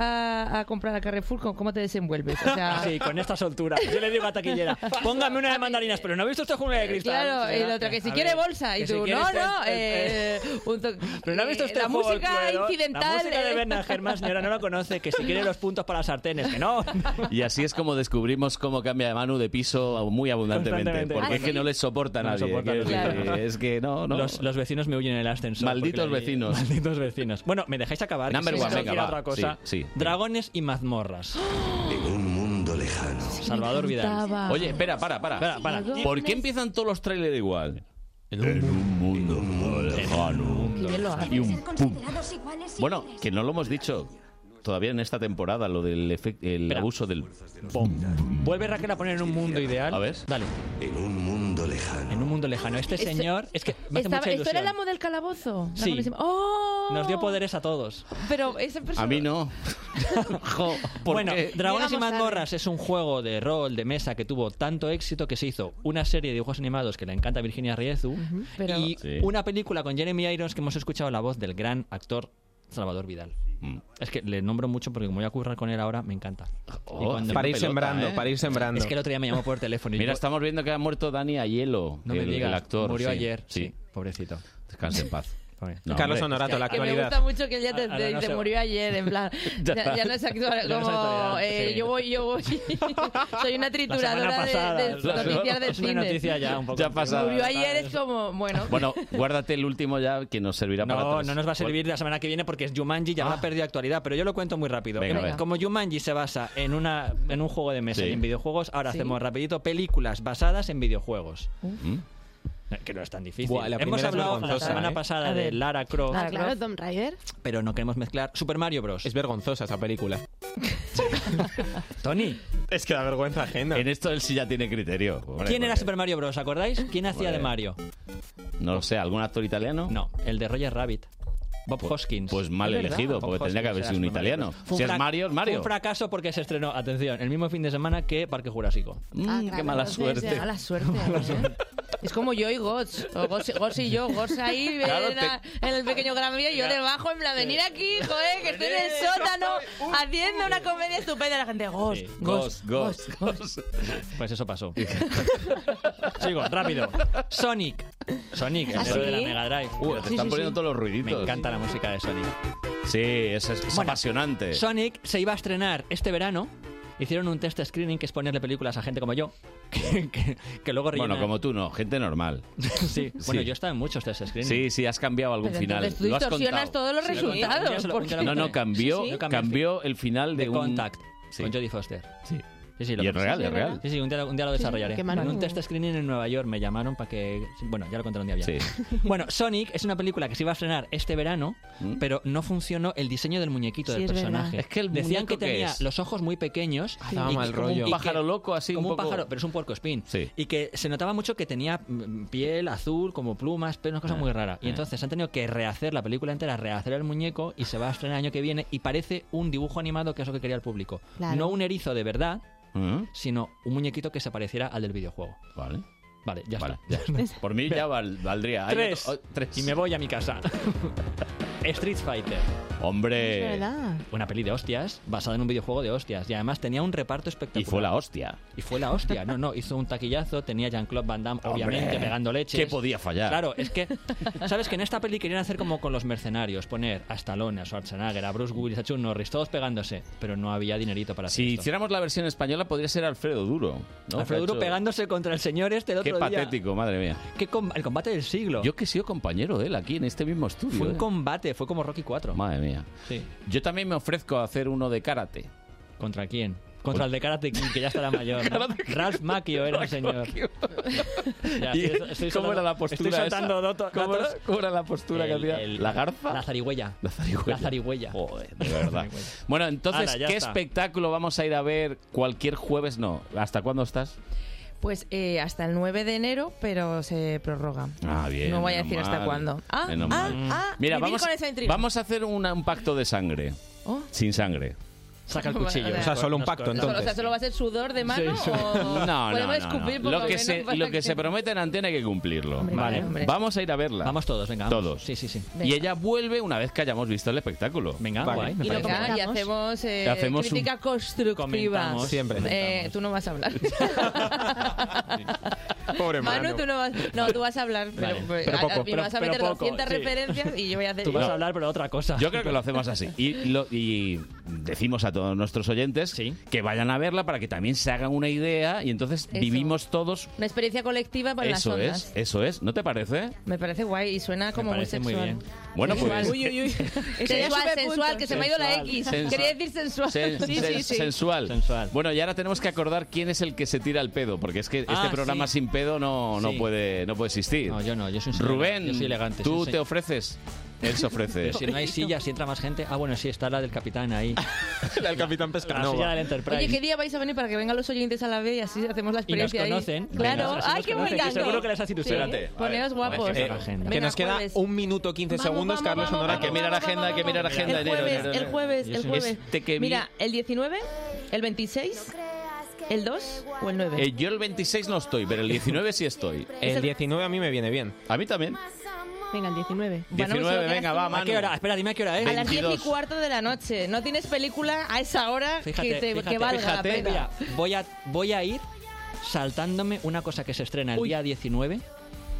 [SPEAKER 2] a- a comprar a Carrefour, ¿cómo- ¿cómo te desenvuelves? O sea,
[SPEAKER 7] Sí, con esta soltura. Yo le digo a taquillera, póngame una de mandarinas, pero no he visto esta jungla de cristal.
[SPEAKER 2] eh, claro, y
[SPEAKER 7] Señora,
[SPEAKER 2] el otro que si
[SPEAKER 7] a
[SPEAKER 2] quiere
[SPEAKER 7] ver,
[SPEAKER 2] bolsa, y
[SPEAKER 7] que si
[SPEAKER 2] tú,
[SPEAKER 7] quiere
[SPEAKER 2] no,
[SPEAKER 7] este-
[SPEAKER 2] no,
[SPEAKER 7] este-
[SPEAKER 2] eh, un to-
[SPEAKER 7] Pero no ha visto
[SPEAKER 2] eh,
[SPEAKER 7] usted
[SPEAKER 2] La
[SPEAKER 7] el juego del
[SPEAKER 2] música
[SPEAKER 7] Cluedo?
[SPEAKER 2] incidental.
[SPEAKER 7] La música de
[SPEAKER 2] eh.
[SPEAKER 7] Bernard Germán, señora, no la conoce. Que si quiere los puntos para las sartenes, que no.
[SPEAKER 1] Y así es como descubrimos cómo cambia de Manu de piso muy abundantemente.
[SPEAKER 7] Constantemente.
[SPEAKER 1] Porque
[SPEAKER 7] Ah,
[SPEAKER 1] es que
[SPEAKER 7] ¿sí?
[SPEAKER 1] no les soporta a
[SPEAKER 7] No
[SPEAKER 1] nadie.
[SPEAKER 7] soporta a
[SPEAKER 1] quiero
[SPEAKER 7] nadie.
[SPEAKER 1] decir,
[SPEAKER 7] Claro.
[SPEAKER 1] Es que no, no.
[SPEAKER 7] Los, los vecinos me huyen en el ascensor. porque
[SPEAKER 1] Malditos
[SPEAKER 7] le-
[SPEAKER 1] vecinos.
[SPEAKER 7] Malditos vecinos. Bueno, me dejáis acabar.
[SPEAKER 1] Number
[SPEAKER 7] Que si
[SPEAKER 1] one,
[SPEAKER 7] no
[SPEAKER 1] venga,
[SPEAKER 7] quiero
[SPEAKER 1] va.
[SPEAKER 7] otra cosa.
[SPEAKER 1] Sí, sí.
[SPEAKER 7] Dragones y mazmorras.
[SPEAKER 9] En un mundo lejano.
[SPEAKER 7] Salvador Vidal.
[SPEAKER 2] Estaba-
[SPEAKER 1] Oye, espera, para, para.
[SPEAKER 7] Espera, para.
[SPEAKER 1] ¿Por qué empiezan todos los trailers igual? En un mundo lejano.
[SPEAKER 10] Qué bien lo hace.
[SPEAKER 1] Y un
[SPEAKER 10] Deben ser considerados iguales y
[SPEAKER 1] Bueno,
[SPEAKER 10] libres.
[SPEAKER 1] que no lo hemos dicho todavía en esta temporada, lo del efec- el
[SPEAKER 7] Espera.
[SPEAKER 1] abuso del...
[SPEAKER 7] Vuelve Raquel a poner en un mundo ideal.
[SPEAKER 1] A ver.
[SPEAKER 7] Dale.
[SPEAKER 9] En un mundo lejano.
[SPEAKER 7] En un mundo lejano. Este
[SPEAKER 2] Este-
[SPEAKER 7] señor. Es que me hace
[SPEAKER 2] Estaba-
[SPEAKER 7] mucha
[SPEAKER 2] ¿Esto era
[SPEAKER 7] ilusión.
[SPEAKER 2] el amo del calabozo? La
[SPEAKER 7] Sí.
[SPEAKER 2] conocí- ¡Oh!
[SPEAKER 7] Nos dio poderes a todos.
[SPEAKER 2] Pero esa persona...
[SPEAKER 1] A mí no. Jo, ¿por
[SPEAKER 7] Bueno,
[SPEAKER 1] qué?
[SPEAKER 7] Dragones y
[SPEAKER 6] Llegamos tarde.
[SPEAKER 7] Mazmorras es un juego de rol, de mesa, que tuvo tanto éxito que se hizo una serie de dibujos animados que le encanta a Virginia Riezu
[SPEAKER 2] pero-
[SPEAKER 7] y
[SPEAKER 1] Sí.
[SPEAKER 7] una película con Jeremy Irons que hemos escuchado la voz del gran actor Salvador Vidal.
[SPEAKER 1] Mm.
[SPEAKER 7] Es que le nombro mucho porque como voy a currar con él ahora, me encanta. Y
[SPEAKER 1] Oh,
[SPEAKER 7] cuando-
[SPEAKER 1] haciendo
[SPEAKER 5] Para ir
[SPEAKER 1] pelota,
[SPEAKER 5] sembrando,
[SPEAKER 1] ¿eh?
[SPEAKER 5] para ir sembrando.
[SPEAKER 7] Es que el otro día me llamó por teléfono y
[SPEAKER 1] Mira,
[SPEAKER 7] yo-
[SPEAKER 1] estamos viendo que ha muerto Dani Aiello,
[SPEAKER 7] no
[SPEAKER 1] el,
[SPEAKER 7] me digas,
[SPEAKER 1] el actor.
[SPEAKER 7] murió
[SPEAKER 1] sí,
[SPEAKER 7] ayer. Sí,
[SPEAKER 1] Sí.
[SPEAKER 7] pobrecito.
[SPEAKER 1] Descanse en paz.
[SPEAKER 7] Pobre.
[SPEAKER 1] No,
[SPEAKER 5] Carlos
[SPEAKER 1] hombre.
[SPEAKER 5] Honorato, la
[SPEAKER 2] Que me
[SPEAKER 5] actualidad.
[SPEAKER 2] gusta mucho que él ya te,
[SPEAKER 7] Ahora
[SPEAKER 2] te-
[SPEAKER 7] Ah, no
[SPEAKER 2] te
[SPEAKER 7] se-
[SPEAKER 2] murió ayer, en plan.
[SPEAKER 1] Ya
[SPEAKER 2] ya,
[SPEAKER 1] está.
[SPEAKER 2] ya no es actual,
[SPEAKER 7] Ya no es
[SPEAKER 2] como
[SPEAKER 7] actualidad,
[SPEAKER 2] eh,
[SPEAKER 7] sí.
[SPEAKER 2] yo voy, yo voy. Soy una
[SPEAKER 7] La semana
[SPEAKER 2] trituradora
[SPEAKER 7] pasada,
[SPEAKER 2] de, de
[SPEAKER 7] la-
[SPEAKER 2] noticias del
[SPEAKER 7] es una
[SPEAKER 2] cine.
[SPEAKER 7] noticia ya un poco
[SPEAKER 1] Ya pasada.
[SPEAKER 2] Murió ayer, es como, bueno.
[SPEAKER 6] Ah,
[SPEAKER 1] Bueno, guárdate el último ya que nos servirá para
[SPEAKER 7] No,
[SPEAKER 1] tres.
[SPEAKER 7] no nos va a servir la semana que viene porque es Jumanji
[SPEAKER 5] Ah.
[SPEAKER 7] ya habrá perdido actualidad, pero yo lo cuento muy rápido.
[SPEAKER 1] Venga,
[SPEAKER 7] Em-
[SPEAKER 1] venga.
[SPEAKER 7] Como Jumanji se basa en una en un juego de mesa
[SPEAKER 1] Sí.
[SPEAKER 7] y en videojuegos, ahora hacemos rapidito películas basadas en videojuegos. Eh, Que no es tan difícil.
[SPEAKER 5] Buah, la
[SPEAKER 7] Hemos
[SPEAKER 5] primera es
[SPEAKER 7] hablado la
[SPEAKER 5] vergonzosa,
[SPEAKER 7] semana
[SPEAKER 5] ¿eh?
[SPEAKER 7] pasada
[SPEAKER 2] A
[SPEAKER 7] de
[SPEAKER 2] ver.
[SPEAKER 7] Lara Croft,
[SPEAKER 2] Ah,
[SPEAKER 6] Ah, claro, Tomb Raider.
[SPEAKER 7] pero no queremos mezclar Super Mario Bros.
[SPEAKER 5] Es vergonzosa esa película.
[SPEAKER 7] Tony,
[SPEAKER 5] Es que da vergüenza ajena.
[SPEAKER 1] En esto él sí ya tiene criterio. hombre,
[SPEAKER 7] ¿quién era
[SPEAKER 1] porque-
[SPEAKER 7] Super Mario Bros? ¿Acordáis? ¿Quién hacía de Mario?
[SPEAKER 1] No lo sé, ¿algún actor italiano?
[SPEAKER 7] No, el de Roger Rabbit. Bob Hoskins.
[SPEAKER 1] Pues mal
[SPEAKER 7] Es verdad,
[SPEAKER 1] elegido,
[SPEAKER 7] Bob
[SPEAKER 1] porque tendría que haber
[SPEAKER 7] Hoskins
[SPEAKER 1] sido un
[SPEAKER 7] era Super Mario
[SPEAKER 1] italiano.
[SPEAKER 7] Bros. Fue un
[SPEAKER 1] Si es
[SPEAKER 7] frac-
[SPEAKER 1] Mario, es
[SPEAKER 7] fue
[SPEAKER 1] Mario.
[SPEAKER 7] un fracaso porque se estrenó, atención, el mismo fin de semana que Parque Jurásico.
[SPEAKER 1] Mm,
[SPEAKER 6] Ah, claro,
[SPEAKER 1] qué mala
[SPEAKER 6] entonces,
[SPEAKER 1] suerte.
[SPEAKER 6] ya.
[SPEAKER 2] Mala suerte. ¿eh? Es como yo y Gots. O Gots, Gots y yo. Gots ahí
[SPEAKER 1] Claro,
[SPEAKER 2] en, la- en el pequeño Gran Vía y yo debajo en plan, venir aquí, joder, que estoy en el sótano haciendo una comedia estupenda. La gente, Gots,
[SPEAKER 7] Sí.
[SPEAKER 2] Gots, Gots,
[SPEAKER 7] Pues eso pasó. Sigo, rápido. Sonic. Sonic, el
[SPEAKER 6] ¿Ah,
[SPEAKER 7] héroe de la
[SPEAKER 6] sí?
[SPEAKER 7] Mega Drive.
[SPEAKER 1] Uh, te están poniendo todos los
[SPEAKER 7] Me
[SPEAKER 1] ruiditos.
[SPEAKER 7] encanta la música de Sonic.
[SPEAKER 1] Sí, es, es- es
[SPEAKER 7] Bueno,
[SPEAKER 1] apasionante.
[SPEAKER 7] Sonic se iba a estrenar este verano. Hicieron un test screening que es ponerle películas a gente como yo. Que, que- que luego rellena.
[SPEAKER 1] Bueno, como tú no, gente normal.
[SPEAKER 7] Sí. Bueno,
[SPEAKER 1] Sí.
[SPEAKER 7] yo he estado en muchos test screening.
[SPEAKER 1] Sí, sí, has cambiado algún
[SPEAKER 2] Pero
[SPEAKER 1] final.
[SPEAKER 2] entonces tú
[SPEAKER 1] Lo has
[SPEAKER 2] distorsionas
[SPEAKER 1] contado.
[SPEAKER 2] todos los
[SPEAKER 7] Sí, lo he contado. Ya
[SPEAKER 2] resultados.
[SPEAKER 7] se lo-
[SPEAKER 2] ¿por
[SPEAKER 7] ya
[SPEAKER 2] qué?
[SPEAKER 7] lo-
[SPEAKER 1] No, no, cambió,
[SPEAKER 7] Sí, sí.
[SPEAKER 1] cambió el final de,
[SPEAKER 7] De Pues
[SPEAKER 1] un...
[SPEAKER 7] Contact.
[SPEAKER 1] Sí.
[SPEAKER 7] Con Jodie Foster.
[SPEAKER 1] Sí.
[SPEAKER 7] Sí, sí, lo
[SPEAKER 1] Y es
[SPEAKER 7] conoces.
[SPEAKER 1] real, es
[SPEAKER 6] ¿verdad?
[SPEAKER 1] real.
[SPEAKER 7] Sí, sí, un día, un día lo desarrollaré.
[SPEAKER 6] qué
[SPEAKER 7] En
[SPEAKER 6] manudo.
[SPEAKER 7] un test screening en Nueva York me llamaron para que... Bueno, ya lo contaron un día
[SPEAKER 1] Sí.
[SPEAKER 7] bien. Bueno, Sonic es una película que se iba a estrenar este verano,
[SPEAKER 1] ¿Mm?
[SPEAKER 7] pero no funcionó el diseño del muñequito
[SPEAKER 6] Sí,
[SPEAKER 7] del
[SPEAKER 6] es verdad.
[SPEAKER 7] personaje.
[SPEAKER 1] Es que el
[SPEAKER 7] Decían
[SPEAKER 1] muñeco
[SPEAKER 7] que
[SPEAKER 1] que
[SPEAKER 7] tenía
[SPEAKER 1] es.
[SPEAKER 7] los ojos muy pequeños.
[SPEAKER 5] Ah, daba mal
[SPEAKER 7] como
[SPEAKER 5] rollo.
[SPEAKER 7] y
[SPEAKER 1] Un pájaro
[SPEAKER 7] que-
[SPEAKER 1] loco así,
[SPEAKER 7] como
[SPEAKER 1] un
[SPEAKER 7] un
[SPEAKER 1] poco-
[SPEAKER 7] pájaro, pero es un puerco spin.
[SPEAKER 1] Sí.
[SPEAKER 7] Y que se notaba mucho que tenía mm, piel azul, como plumas, pero una cosa muy rara. Y
[SPEAKER 1] eh.
[SPEAKER 7] entonces han tenido que rehacer la película entera, rehacer el muñeco y se va a estrenar el año que viene y parece un dibujo animado que es lo que quería el público.
[SPEAKER 6] Claro.
[SPEAKER 7] No un erizo de verdad,
[SPEAKER 1] Ujú,
[SPEAKER 7] sino un muñequito que se pareciera al del videojuego.
[SPEAKER 1] Mm, Vale.
[SPEAKER 7] Vale, ya
[SPEAKER 1] Vale,
[SPEAKER 7] está.
[SPEAKER 1] Por mí ya val- valdría. Hay
[SPEAKER 7] Tres.
[SPEAKER 1] otro- o- oh, tres.
[SPEAKER 7] Y me voy a mi casa. Street Fighter.
[SPEAKER 1] Hombre.
[SPEAKER 2] Es verdad.
[SPEAKER 7] Una peli de hostias, basada en un videojuego de hostias. Y además tenía un reparto espectacular.
[SPEAKER 1] Y fue la hostia.
[SPEAKER 7] Y fue la hostia. No, no, hizo un taquillazo, tenía a Jean-Claude Van Damme,
[SPEAKER 1] Hombre,
[SPEAKER 7] obviamente, pegando leches.
[SPEAKER 1] ¿qué podía fallar?
[SPEAKER 7] Claro, es que, ¿sabes que En esta peli querían hacer como con los mercenarios, poner a Stallone, a Schwarzenegger, a Bruce Willis, a Chuck Norris, todos pegándose, pero no había dinerito para hacer
[SPEAKER 1] Si
[SPEAKER 7] esto.
[SPEAKER 1] hiciéramos la versión española, podría ser Alfredo Duro. ¿no?
[SPEAKER 7] Alfredo Duro
[SPEAKER 1] Que ha hecho-
[SPEAKER 7] pegándose contra el señor este el
[SPEAKER 1] Qué
[SPEAKER 7] otro día.
[SPEAKER 1] patético, madre mía.
[SPEAKER 7] Qué com- el combate del siglo.
[SPEAKER 1] Yo que he sido compañero de él aquí en este mismo estudio.
[SPEAKER 7] Fue un
[SPEAKER 1] ¿eh?
[SPEAKER 7] combate, fue como Rocky 4.
[SPEAKER 1] Madre mía.
[SPEAKER 7] Sí.
[SPEAKER 1] Yo también me ofrezco a hacer uno de karate.
[SPEAKER 7] ¿Contra quién? Contra el de Karate Kid, que ya estará mayor. ¿no? Ralph Macchio era el señor. Ya,
[SPEAKER 1] ¿Y
[SPEAKER 7] estoy- Ah, estoy
[SPEAKER 1] cómo
[SPEAKER 7] soltando-
[SPEAKER 1] era la postura
[SPEAKER 7] Estoy soltando
[SPEAKER 1] esa?
[SPEAKER 7] dato-
[SPEAKER 1] ¿Cómo era-
[SPEAKER 7] datos.
[SPEAKER 1] cómo era la postura que
[SPEAKER 7] El-
[SPEAKER 1] hacía?
[SPEAKER 7] el-
[SPEAKER 1] ¿La garza?
[SPEAKER 7] La zarigüeya.
[SPEAKER 1] La zarigüeya.
[SPEAKER 7] La zarigüeya.
[SPEAKER 1] Joder, de verdad. Bueno, entonces,
[SPEAKER 7] Ala, ya
[SPEAKER 1] ¿qué
[SPEAKER 7] está.
[SPEAKER 1] espectáculo vamos a ir a ver cualquier jueves? No. ¿Hasta cuándo estás?
[SPEAKER 6] Pues eh, hasta el 9 de enero, pero se prorroga.
[SPEAKER 1] Ah, bien.
[SPEAKER 6] No voy a
[SPEAKER 1] menos
[SPEAKER 6] decir hasta
[SPEAKER 1] mal.
[SPEAKER 6] cuándo. Ah,
[SPEAKER 1] Menos
[SPEAKER 6] ah,
[SPEAKER 1] mal.
[SPEAKER 6] ah,
[SPEAKER 1] Mira,
[SPEAKER 6] vivir
[SPEAKER 1] vamos,
[SPEAKER 6] con esa intriga.
[SPEAKER 1] vamos a hacer una- un pacto de sangre.
[SPEAKER 6] Oh.
[SPEAKER 1] Sin sangre.
[SPEAKER 7] Saca
[SPEAKER 6] el cuchillo. O sea,
[SPEAKER 5] solo un pacto,
[SPEAKER 6] Solo- o sea, solo va a ser sudor de mano
[SPEAKER 1] Sí.
[SPEAKER 6] o
[SPEAKER 1] No, no,
[SPEAKER 6] podemos
[SPEAKER 1] no, no.
[SPEAKER 6] escupir por
[SPEAKER 1] Lo que,
[SPEAKER 6] menos
[SPEAKER 1] se,
[SPEAKER 6] para
[SPEAKER 1] lo que se promete en antena hay que cumplirlo. vale,
[SPEAKER 7] hombre.
[SPEAKER 1] vamos a ir a verla.
[SPEAKER 7] Vamos todos, venga. vamos.
[SPEAKER 1] Todos.
[SPEAKER 7] Sí, sí, sí.
[SPEAKER 1] Y ella vuelve una vez que hayamos visto el espectáculo.
[SPEAKER 7] Venga, guay, me
[SPEAKER 6] Y, lo
[SPEAKER 7] parece.
[SPEAKER 6] que- y hacemos, eh,
[SPEAKER 1] Hacemos un-
[SPEAKER 6] crítica constructiva.
[SPEAKER 1] Comentamos, siempre.
[SPEAKER 6] Eh, tú no vas a hablar.
[SPEAKER 5] Pobre
[SPEAKER 6] Manu, tú no vas, no, tú vas a hablar, pero,
[SPEAKER 1] Vale.
[SPEAKER 6] pues,
[SPEAKER 1] Pero
[SPEAKER 6] a-
[SPEAKER 1] poco,
[SPEAKER 6] a mí me
[SPEAKER 1] pero-
[SPEAKER 6] vas a
[SPEAKER 1] pero
[SPEAKER 6] meter
[SPEAKER 1] poco,
[SPEAKER 6] 200
[SPEAKER 1] sí.
[SPEAKER 6] referencias y yo voy a hacer...
[SPEAKER 7] Tú vas
[SPEAKER 1] No.
[SPEAKER 7] a hablar, pero otra cosa.
[SPEAKER 1] Yo creo que lo hacemos así. Y, lo- y decimos a todos nuestros oyentes que vayan a verla para que también se hagan una idea y entonces
[SPEAKER 6] Eso.
[SPEAKER 1] vivimos todos.
[SPEAKER 6] Una experiencia colectiva con las
[SPEAKER 1] Eso
[SPEAKER 6] ondas.
[SPEAKER 1] es, eso es. ¿No te parece?
[SPEAKER 6] Me parece guay y suena como muy sexual.
[SPEAKER 1] Bueno,
[SPEAKER 6] Sexual.
[SPEAKER 1] pues.
[SPEAKER 6] Sensual, sensual, que se me ha ido la
[SPEAKER 7] Sensual.
[SPEAKER 6] X.
[SPEAKER 1] Sensual.
[SPEAKER 6] Quería decir sensual.
[SPEAKER 1] sen- sen- Sensual. Bueno, y ahora tenemos que acordar quién es el que se tira el pedo, porque es que
[SPEAKER 7] Ah,
[SPEAKER 1] este programa
[SPEAKER 7] sí.
[SPEAKER 1] sin pedo no, no,
[SPEAKER 7] Sí.
[SPEAKER 1] puede, no puede existir.
[SPEAKER 7] No, yo no, yo soy un señor-
[SPEAKER 1] Rubén,
[SPEAKER 7] yo soy elegante, soy
[SPEAKER 1] tú
[SPEAKER 7] un
[SPEAKER 1] te
[SPEAKER 7] señor.
[SPEAKER 1] ofreces. Él se ofrece.
[SPEAKER 7] Pero si no hay sillas, si entra más gente. Ah, bueno, sí, está la del capitán ahí.
[SPEAKER 5] la del capitán
[SPEAKER 7] La
[SPEAKER 5] Pescanova.
[SPEAKER 7] silla del Enterprise.
[SPEAKER 6] Oye, ¿qué día vais a venir para que vengan los oyentes a la vez y así hacemos la
[SPEAKER 7] Y nos
[SPEAKER 6] experiencia ahí?
[SPEAKER 7] conocen.
[SPEAKER 6] Claro.
[SPEAKER 7] Venga, si
[SPEAKER 6] Ay,
[SPEAKER 7] nos
[SPEAKER 6] qué
[SPEAKER 7] conocen, que
[SPEAKER 6] bonito.
[SPEAKER 7] Seguro que les hace ilusión.
[SPEAKER 6] Sí. Poneos guapos.
[SPEAKER 5] Eh, que nos queda un minuto 15
[SPEAKER 6] Vamos,
[SPEAKER 5] segundos,
[SPEAKER 6] vamos,
[SPEAKER 5] Carlos
[SPEAKER 6] vamos,
[SPEAKER 5] Sonora,
[SPEAKER 6] vamos,
[SPEAKER 5] que mirar
[SPEAKER 6] vamos,
[SPEAKER 5] agenda,
[SPEAKER 6] vamos,
[SPEAKER 5] que mirar
[SPEAKER 6] vamos.
[SPEAKER 5] agenda.
[SPEAKER 6] El
[SPEAKER 5] enero,
[SPEAKER 6] jueves,
[SPEAKER 5] enero,
[SPEAKER 6] el
[SPEAKER 5] enero.
[SPEAKER 6] jueves, el jueves.
[SPEAKER 1] Este que vi-
[SPEAKER 6] Mira, el 19, el 26, el 2 o el 9.
[SPEAKER 1] Eh, yo el 26 no estoy, pero el 19 sí estoy.
[SPEAKER 5] El 19 a mí me viene bien.
[SPEAKER 1] A mí también.
[SPEAKER 2] Venga, el 19.
[SPEAKER 1] Bueno, 19, solo quedas venga, tú. va, Manu.
[SPEAKER 7] ¿A qué hora? Espera, dime a qué hora es.
[SPEAKER 6] A las 10 y cuarto de la noche. No tienes película a esa hora que, te, que valga la pena.
[SPEAKER 7] mira, voy a, voy a ir saltándome una cosa que se estrena el día 19.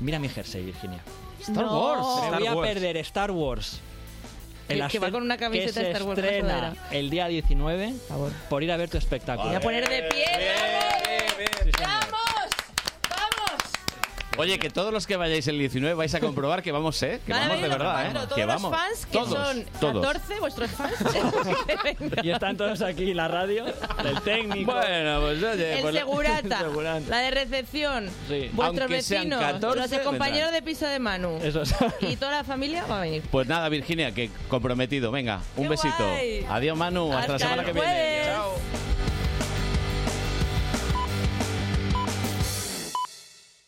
[SPEAKER 7] Mira mi jersey, Virginia.
[SPEAKER 6] Star No. Wars.
[SPEAKER 7] Me
[SPEAKER 6] Star
[SPEAKER 7] voy a
[SPEAKER 6] Wars.
[SPEAKER 7] perder Star Wars.
[SPEAKER 6] Que- que va
[SPEAKER 7] ascen-
[SPEAKER 6] con una camiseta
[SPEAKER 7] que se
[SPEAKER 6] Star Wars, una
[SPEAKER 7] estrena
[SPEAKER 6] sudadera.
[SPEAKER 7] el día 19 por ir a ver tu espectáculo.
[SPEAKER 6] Voy a poner de pie. ¡Vamos!
[SPEAKER 1] Oye, que todos los que vayáis el 19 vais a comprobar que vamos, ¿eh? Que
[SPEAKER 6] Van a
[SPEAKER 1] vamos de
[SPEAKER 6] venir los
[SPEAKER 1] verdad,
[SPEAKER 6] cuatro,
[SPEAKER 1] ¿eh?
[SPEAKER 6] Todos
[SPEAKER 1] Que vamos.
[SPEAKER 6] los fans que
[SPEAKER 1] todos,
[SPEAKER 6] son
[SPEAKER 1] todos.
[SPEAKER 6] 14, vuestros fans.
[SPEAKER 7] Y están todos aquí, la radio, el técnico.
[SPEAKER 1] Bueno, pues oye,
[SPEAKER 6] El
[SPEAKER 1] pues la-
[SPEAKER 6] segurata,
[SPEAKER 7] segurante.
[SPEAKER 6] la de recepción,
[SPEAKER 1] Sí.
[SPEAKER 6] vuestros
[SPEAKER 1] Aunque sean
[SPEAKER 6] vecinos,
[SPEAKER 1] 14,
[SPEAKER 6] los
[SPEAKER 1] vendrán.
[SPEAKER 6] compañeros de piso de Manu
[SPEAKER 1] Eso es.
[SPEAKER 6] y toda la familia va a venir.
[SPEAKER 1] Pues nada, Virginia, que comprometido. Venga, un besito.
[SPEAKER 6] guay.
[SPEAKER 1] Adiós, Manu. Hasta, la semana que viene.
[SPEAKER 6] jueves.
[SPEAKER 1] Chao.